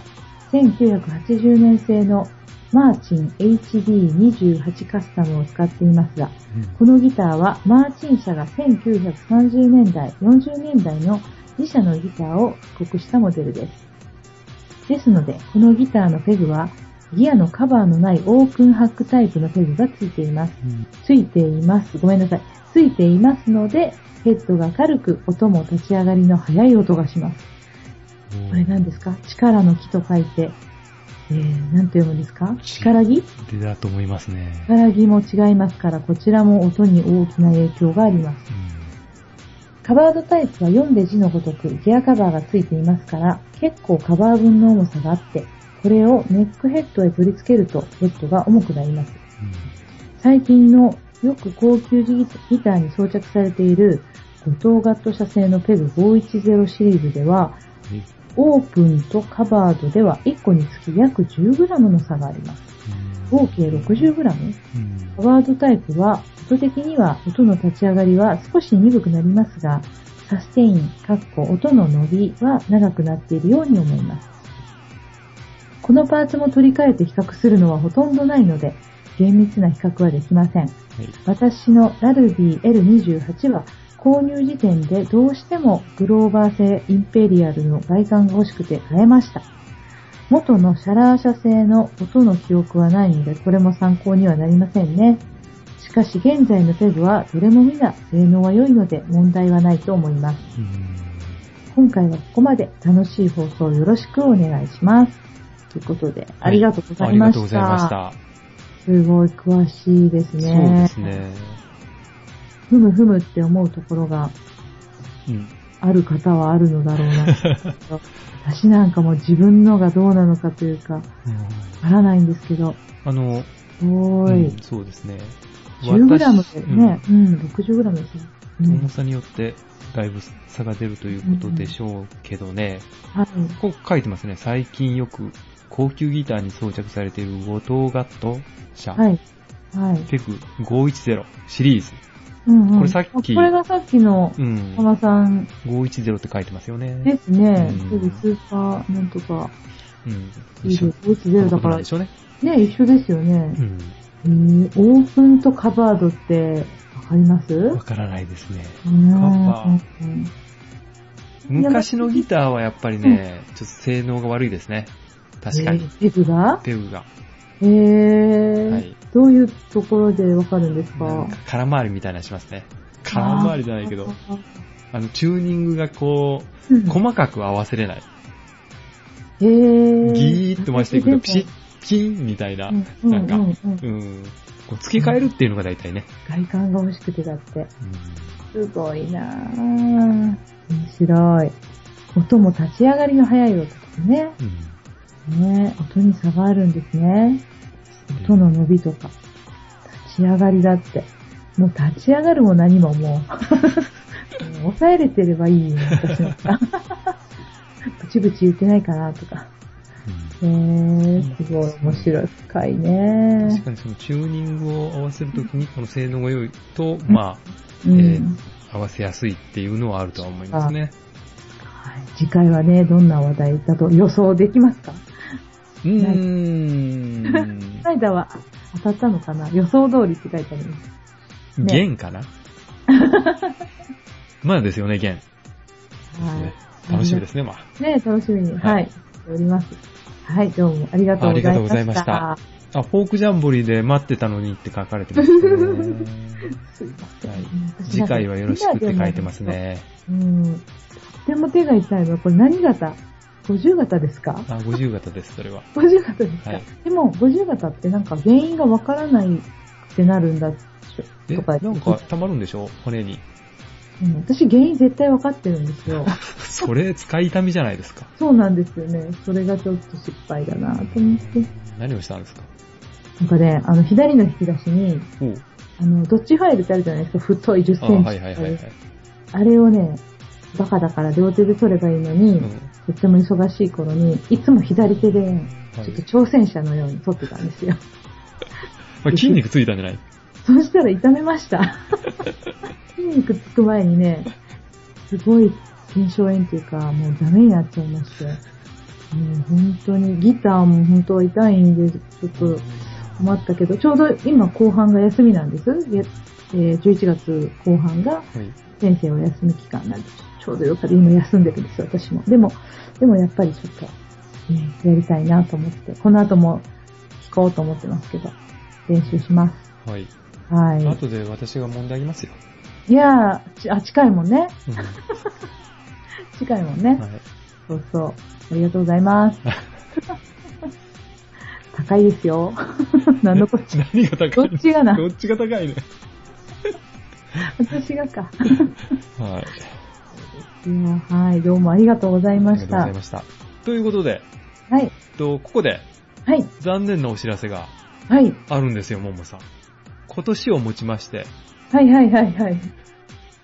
[SPEAKER 2] 1980年製のマーチン HD28 カスタムを使っていますが、
[SPEAKER 1] うん
[SPEAKER 2] このギターはマーチン社が1930年代、40年代の自社のギターを復刻したモデルです。ですので、このギターのペグは、ギアのカバーのないオープンハックタイプのペグが付いています。
[SPEAKER 1] うん
[SPEAKER 2] ついています。ごめんなさい。ついていますので、ヘッドが軽く音も立ち上がりの速い音がします。
[SPEAKER 1] うん
[SPEAKER 2] これ何ですか力の木と書いて、えー、何と読むんですか力木
[SPEAKER 1] でだと思いますね。
[SPEAKER 2] 力木も違いますから、こちらも音に大きな影響があります。カバードタイプは読んで字のごとくギアカバーが付いていますから、結構カバー分の重さがあって、これをネックヘッドへ取り付けるとヘッドが重くなります。最近のよく高級ギターに装着されている五等ガット社製のペグ510シリーズでは、
[SPEAKER 1] うん。うん
[SPEAKER 2] オープンとカバードでは1個につき約 10g の差があります。合計 60g?
[SPEAKER 1] うん
[SPEAKER 2] カバードタイプは、音的には音の立ち上がりは少し鈍くなりますが、サステイン、かっこ音の伸びは長くなっているように思います。このパーツも取り替えて比較するのはほとんどないので、厳密な比較はできません。
[SPEAKER 1] はい
[SPEAKER 2] 私のラルビー L28 は購入時点でどうしてもグローバー製インペリアルの外観が欲しくて買えました。元のシャラー社製の音の記憶はないのでこれも参考にはなりませんね。しかし現在のペグはどれも皆性能は良いので問題はないと思います。
[SPEAKER 1] うん
[SPEAKER 2] 今回はここまで楽しい放送をよろしくお願いします。ということで、ありがとうござ
[SPEAKER 1] あ
[SPEAKER 2] い
[SPEAKER 1] り
[SPEAKER 2] ま
[SPEAKER 1] がと
[SPEAKER 2] した。
[SPEAKER 1] うございました。
[SPEAKER 2] すごい詳しいです
[SPEAKER 1] そう
[SPEAKER 2] ね。
[SPEAKER 1] ですね。
[SPEAKER 2] ふむふむって思うところが
[SPEAKER 1] うん。
[SPEAKER 2] ある方はあるのだろう な。私なんかも自分のがどうなのかというか、わ
[SPEAKER 1] うん
[SPEAKER 2] からないんですけど、
[SPEAKER 1] あの、
[SPEAKER 2] すご
[SPEAKER 1] う
[SPEAKER 2] い。
[SPEAKER 1] んそうですね。
[SPEAKER 2] 10g で
[SPEAKER 1] 私
[SPEAKER 2] ね、うん、60g ですよ。う
[SPEAKER 1] うん
[SPEAKER 2] ん
[SPEAKER 1] 重さによってだいぶ差が出るということでしょうけどね。
[SPEAKER 2] はい。
[SPEAKER 1] こう書いてますね。最近よく高級ギターに装着されている五等ガット社、
[SPEAKER 2] はい。はい。
[SPEAKER 1] ペグ510シリーズ。
[SPEAKER 2] うんうん
[SPEAKER 1] これさっき
[SPEAKER 2] あこれがさっきの、
[SPEAKER 1] うん。
[SPEAKER 2] ママさん
[SPEAKER 1] 510って書いてますよ
[SPEAKER 2] で
[SPEAKER 1] ね。
[SPEAKER 2] すね。
[SPEAKER 1] うん
[SPEAKER 2] すぐスーパーなんとか、
[SPEAKER 1] うん。
[SPEAKER 2] いい
[SPEAKER 1] 一
[SPEAKER 2] で
[SPEAKER 1] 緒
[SPEAKER 2] す。510
[SPEAKER 1] こ
[SPEAKER 2] だか
[SPEAKER 1] となん
[SPEAKER 2] ら
[SPEAKER 1] で、しょうね。
[SPEAKER 2] ね、一緒ですよ
[SPEAKER 1] う
[SPEAKER 2] ね。
[SPEAKER 1] ん。
[SPEAKER 2] うんオープンとカバードって、わかります
[SPEAKER 1] わからないですね。
[SPEAKER 2] うん
[SPEAKER 1] バー
[SPEAKER 2] うん
[SPEAKER 1] 昔のギターはやっぱりね、ちょっと性能が悪いですね。確かに。。
[SPEAKER 2] えーペグが
[SPEAKER 1] ペグが。
[SPEAKER 2] へー、
[SPEAKER 1] はい
[SPEAKER 2] どういうところでわかるんです
[SPEAKER 1] な
[SPEAKER 2] か
[SPEAKER 1] んか空回りみたいなのしますね。空回りじゃないけど、
[SPEAKER 2] あ
[SPEAKER 1] あの、チューニングがこう、
[SPEAKER 2] ーうん
[SPEAKER 1] 細かく合わせれない。
[SPEAKER 2] へー
[SPEAKER 1] ギーって回していくと、ピシッ、ピーンみたいな、
[SPEAKER 2] うん
[SPEAKER 1] なんか
[SPEAKER 2] うんうんうん
[SPEAKER 1] うん。こう付け替えるっていうのが大体ね。
[SPEAKER 2] 外観が欲しくてだって。
[SPEAKER 1] うん
[SPEAKER 2] すごいなぁ。面白い。音も立ち上がりの速い音ですね。ね音に差があるんですね。音の伸びとか。立ち上がりだって。もう立ち上がるも何ももう。 もう抑えれてればいいよ、私なんか。ブチブチ言ってないかなとか。へー、すごい面白い。深い
[SPEAKER 1] うん確
[SPEAKER 2] ね。
[SPEAKER 1] かにそのチューニングを合わせるときに、この性能が良いと、ま
[SPEAKER 2] う
[SPEAKER 1] あ、え
[SPEAKER 2] ん
[SPEAKER 1] ー。合わせやすいっていうのはあるとは思いますね。
[SPEAKER 2] はい次回はね、どんな話題だと予想できますか
[SPEAKER 1] う ーん
[SPEAKER 2] こ。の間は当たったのかな予想通りって書いてあります。ね
[SPEAKER 1] 弦かな まだですよね、現。
[SPEAKER 2] は
[SPEAKER 1] 楽しみですね、まあ。
[SPEAKER 2] い。ね楽しみに、
[SPEAKER 1] は
[SPEAKER 2] はいい、しております。はい、どうもありがと
[SPEAKER 1] あ
[SPEAKER 2] うございました。
[SPEAKER 1] りがとうございましたあ、フォークジャンボリーで待ってたのにって書かれてます ね。
[SPEAKER 2] すいません
[SPEAKER 1] はい。次回はよろしくって書いてます。ね。
[SPEAKER 2] うん。とっても手が痛いのは、これ何型 ?50 型ですか
[SPEAKER 1] あ、50型です、それは。
[SPEAKER 2] 50型ですか、
[SPEAKER 1] はい
[SPEAKER 2] でも、50型ってなんか原因がわからないってなるんだ
[SPEAKER 1] え、
[SPEAKER 2] とか、
[SPEAKER 1] なんか溜まるんでしょ骨に。
[SPEAKER 2] うん私原因絶対わかってるんですよ。
[SPEAKER 1] それ、使い痛みじゃないですか。
[SPEAKER 2] そうなんですよね。それがちょっと失敗だなと思って。
[SPEAKER 1] 何をしたんですか
[SPEAKER 2] なんかね、あの、左の引き出しに、
[SPEAKER 1] おう
[SPEAKER 2] あの、どっちファイルってあるじゃないですか。太い10センチ
[SPEAKER 1] あ、。はいはいはいはい。
[SPEAKER 2] あれをね、バカだから両手で取ればいいのに、
[SPEAKER 1] うん
[SPEAKER 2] とっても忙しい頃に、いつも左手で、ちょ
[SPEAKER 1] は
[SPEAKER 2] っ
[SPEAKER 1] い
[SPEAKER 2] と挑戦者のように取ってたんですよ。
[SPEAKER 1] まあ筋肉ついたんじゃない
[SPEAKER 2] そうしたら痛めました。 筋肉つく前にね、すごい腱鞘炎というか、もうダメになっちゃいまして。もう本当に、ギターも本当は痛いんで、ちょっと困ったけど、ちょうど今後半が休みなんです。えー11月後半が
[SPEAKER 1] はい。
[SPEAKER 2] 先生お休み期間なんで、ちょうどよかった。今休んでるんですよ、私も。でも、でもやっぱりちょっと、ね、やりたいなと思って、この後も弾こうと思ってますけど、練習します。
[SPEAKER 1] はい。
[SPEAKER 2] は
[SPEAKER 1] 後で私が問題あげますよ。
[SPEAKER 2] い。いやー、ちあ、近いもんね。
[SPEAKER 1] うんは
[SPEAKER 2] 近いもんね。
[SPEAKER 1] い。
[SPEAKER 2] そうそう。ありがとうござ います。高いですよ。 なんのこっちゃ。
[SPEAKER 1] 何が高
[SPEAKER 2] ど
[SPEAKER 1] い
[SPEAKER 2] っちがな
[SPEAKER 1] ど。っちが高いね。
[SPEAKER 2] 私がか。
[SPEAKER 1] はい。
[SPEAKER 2] いやーはい。どうもありがとうござい
[SPEAKER 1] あ
[SPEAKER 2] ま
[SPEAKER 1] りがと
[SPEAKER 2] し
[SPEAKER 1] うご
[SPEAKER 2] た。
[SPEAKER 1] ざいました。ということで、
[SPEAKER 2] はい。
[SPEAKER 1] えっと、ここで
[SPEAKER 2] はい。
[SPEAKER 1] 残念なお知らせが
[SPEAKER 2] はい。
[SPEAKER 1] あるんですよ、ももさん。今年をもちまして、
[SPEAKER 2] はいはいはいはい。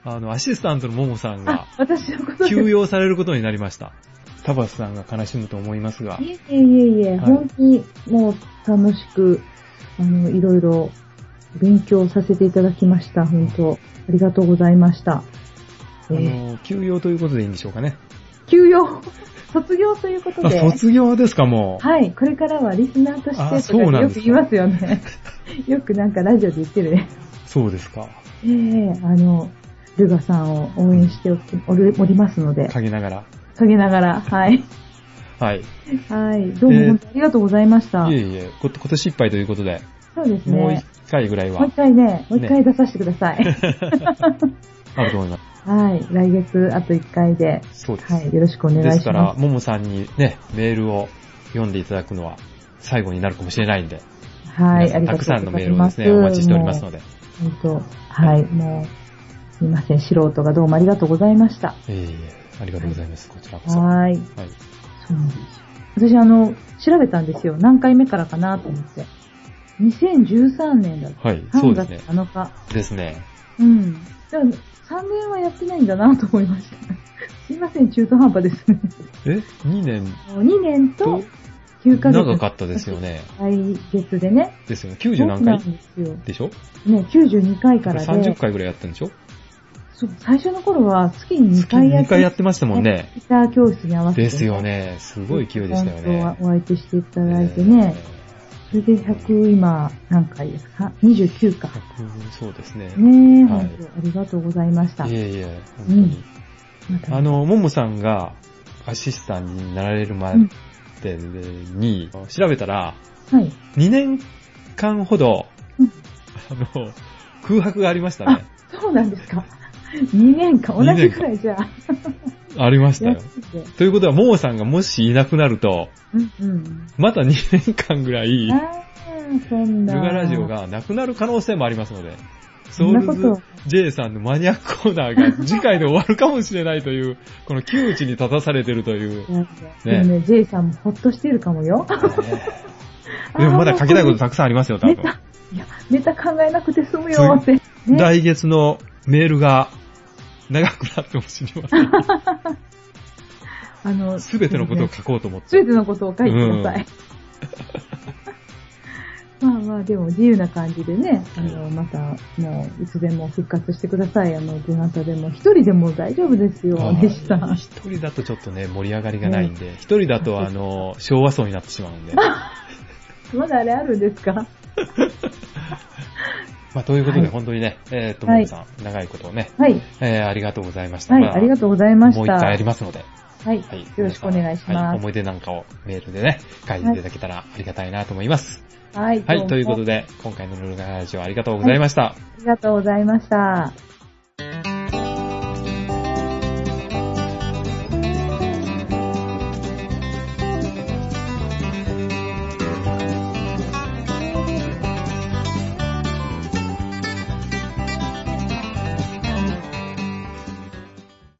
[SPEAKER 1] あの、アシスタントのももさん
[SPEAKER 2] あ
[SPEAKER 1] が、
[SPEAKER 2] 私のことです
[SPEAKER 1] 休養されることになりました。タバスさんが悲しむと思いますが、
[SPEAKER 2] いえいえいえいえ、
[SPEAKER 1] はい
[SPEAKER 2] 本当にもう楽しく、あの、いろいろ勉強させていただきました、本当。ありがとうございました。
[SPEAKER 1] あ
[SPEAKER 2] えー
[SPEAKER 1] の、休養ということでいいんでしょうかね。
[SPEAKER 2] 休養、 卒業ということ
[SPEAKER 1] あ、
[SPEAKER 2] で、
[SPEAKER 1] 卒業ですか、もう。
[SPEAKER 2] はい、これからはリスナーと
[SPEAKER 1] あ
[SPEAKER 2] して
[SPEAKER 1] そう
[SPEAKER 2] とか
[SPEAKER 1] なん
[SPEAKER 2] よ
[SPEAKER 1] です
[SPEAKER 2] く
[SPEAKER 1] か
[SPEAKER 2] 言います よね。よくなんかラジオで言ってるね。
[SPEAKER 1] そうですか。
[SPEAKER 2] ええあの、ルガさんを応援しておき、おりおりますので、
[SPEAKER 1] 陰ながら。
[SPEAKER 2] 陰ながら、はい。
[SPEAKER 1] はい。い
[SPEAKER 2] はい、どうも本当にありがとうございました。
[SPEAKER 1] えいえ、こ今年いっぱいということで、
[SPEAKER 2] そうですね。
[SPEAKER 1] もう一回ぐらい
[SPEAKER 2] もう
[SPEAKER 1] は
[SPEAKER 2] 一回ね、もう一回出させてください。
[SPEAKER 1] あると思います。
[SPEAKER 2] はい。来月あと1回で、
[SPEAKER 1] そうです。
[SPEAKER 2] はい。よろしくお願いし
[SPEAKER 1] で
[SPEAKER 2] ます。
[SPEAKER 1] すから、ももさんにね、メールを読んでいただくのは最後になるかもしれないんで、
[SPEAKER 2] は
[SPEAKER 1] 皆
[SPEAKER 2] い。
[SPEAKER 1] さ
[SPEAKER 2] あ
[SPEAKER 1] ん
[SPEAKER 2] り
[SPEAKER 1] た
[SPEAKER 2] が
[SPEAKER 1] く
[SPEAKER 2] と
[SPEAKER 1] さ
[SPEAKER 2] うん
[SPEAKER 1] の
[SPEAKER 2] ござ
[SPEAKER 1] メー
[SPEAKER 2] い
[SPEAKER 1] ルを
[SPEAKER 2] ま
[SPEAKER 1] です
[SPEAKER 2] す。
[SPEAKER 1] ね、お待ちしておりますので。
[SPEAKER 2] もう。本当、はい。もう、すいません。素人がどうもありがとうございました。
[SPEAKER 1] ええいえありがとうございます。こちらこそ。は
[SPEAKER 2] はい。
[SPEAKER 1] い。
[SPEAKER 2] そうなんですよ。私、あの、調べたんですよ。何回目からかなと思って。2013年だった。
[SPEAKER 1] はい、そ
[SPEAKER 2] 3
[SPEAKER 1] うです
[SPEAKER 2] 月
[SPEAKER 1] ね。
[SPEAKER 2] 7日。
[SPEAKER 1] ですね。
[SPEAKER 2] うん。だから、3年はやってないんだなと思いました。 すいません。中途半端ですね。
[SPEAKER 1] え ?2 年
[SPEAKER 2] もう2年と
[SPEAKER 1] と
[SPEAKER 2] 9ヶ月。
[SPEAKER 1] 長かったですよ ね。
[SPEAKER 2] 来月でね。
[SPEAKER 1] ですよね。
[SPEAKER 2] そ
[SPEAKER 1] 90
[SPEAKER 2] う
[SPEAKER 1] 何
[SPEAKER 2] な
[SPEAKER 1] 回
[SPEAKER 2] んですよ。
[SPEAKER 1] でしょ
[SPEAKER 2] ね、92回
[SPEAKER 1] こ
[SPEAKER 2] か
[SPEAKER 1] れ
[SPEAKER 2] ら
[SPEAKER 1] 30
[SPEAKER 2] で、
[SPEAKER 1] 回ぐらいやったんでしょ
[SPEAKER 2] そう最初の頃は月に2
[SPEAKER 1] 月
[SPEAKER 2] 回やっ
[SPEAKER 1] 2
[SPEAKER 2] て、
[SPEAKER 1] 回や
[SPEAKER 2] ギ
[SPEAKER 1] ってましたもんね。
[SPEAKER 2] ター教室に合わせて、
[SPEAKER 1] ですよね。すごい勢いでしたよ
[SPEAKER 2] 本
[SPEAKER 1] ね。
[SPEAKER 2] 当はお相手していただいてね、それで100今何回ですか ?29 か。
[SPEAKER 1] えー100そうですね。
[SPEAKER 2] ねえ、
[SPEAKER 1] はい
[SPEAKER 2] 本当ありがとうございました。
[SPEAKER 1] いえいえ、本当に。
[SPEAKER 2] また
[SPEAKER 1] あの、ももさんがアシスタントになられる前
[SPEAKER 2] うん
[SPEAKER 1] でに、調べたら、
[SPEAKER 2] はい。
[SPEAKER 1] 2年間ほど、
[SPEAKER 2] うん
[SPEAKER 1] あの、空白がありましたね。
[SPEAKER 2] そうなんですか。2年か、同じくらいじゃあ。
[SPEAKER 1] ありました
[SPEAKER 2] やっ
[SPEAKER 1] よ。
[SPEAKER 2] てて。
[SPEAKER 1] ということは、ももさんがもしいなくなると、
[SPEAKER 2] うんうん。
[SPEAKER 1] また2年間ぐらい、
[SPEAKER 2] あーそん
[SPEAKER 1] ル
[SPEAKER 2] な。
[SPEAKER 1] ガラジオがなくなる可能性もありますので、
[SPEAKER 2] そ
[SPEAKER 1] ソ
[SPEAKER 2] ん
[SPEAKER 1] ウ
[SPEAKER 2] な
[SPEAKER 1] ル
[SPEAKER 2] こ
[SPEAKER 1] ズ
[SPEAKER 2] と
[SPEAKER 1] J さんのマニアックコーナーが次回で終わるかもしれないという、この窮地に立たされてるという。
[SPEAKER 2] いやでもね、J さんもほっとしてるかもよ。
[SPEAKER 1] でもまだ書きたいこと
[SPEAKER 2] あ
[SPEAKER 1] たくさんありますよ、多
[SPEAKER 2] ーもう
[SPEAKER 1] 分。
[SPEAKER 2] いや、ネタ考えなくて済むよって。ね
[SPEAKER 1] 来月のメールが長くなっても知りません。
[SPEAKER 2] あの、
[SPEAKER 1] すべてのことを書こうと思っ
[SPEAKER 2] すべ
[SPEAKER 1] て。
[SPEAKER 2] てのことを書いてください。 まあまあ、でも自由な感じでね、あの、また、もう、いつでも復活してください。あの、どなたでも、一人でも大丈夫ですよ、
[SPEAKER 1] あ
[SPEAKER 2] でした。
[SPEAKER 1] ー一人だとちょっとね、盛り上がりがないんで、一人だとあの、昭和層になってしまうんで。
[SPEAKER 2] まだあれあるんですか
[SPEAKER 1] まあ、ということ
[SPEAKER 2] は
[SPEAKER 1] で、
[SPEAKER 2] い
[SPEAKER 1] 本当にね、えー、と
[SPEAKER 2] は
[SPEAKER 1] も
[SPEAKER 2] い
[SPEAKER 1] こさん、長いことをね、
[SPEAKER 2] はい。
[SPEAKER 1] えー、ありがとうございました。
[SPEAKER 2] はい、
[SPEAKER 1] ま
[SPEAKER 2] ありがとうございました。
[SPEAKER 1] もう一回やりますので、
[SPEAKER 2] はい、
[SPEAKER 1] はい。
[SPEAKER 2] よろしくお願いし
[SPEAKER 1] 皆さんは
[SPEAKER 2] ま
[SPEAKER 1] い、
[SPEAKER 2] す。
[SPEAKER 1] 思い出なんかをメールでね、書いていただけたらありがたいなと思います。
[SPEAKER 2] はい、
[SPEAKER 1] はい、
[SPEAKER 2] ども
[SPEAKER 1] ということで、今回のルルガラジオありがとうございました。
[SPEAKER 2] ありがとうございました。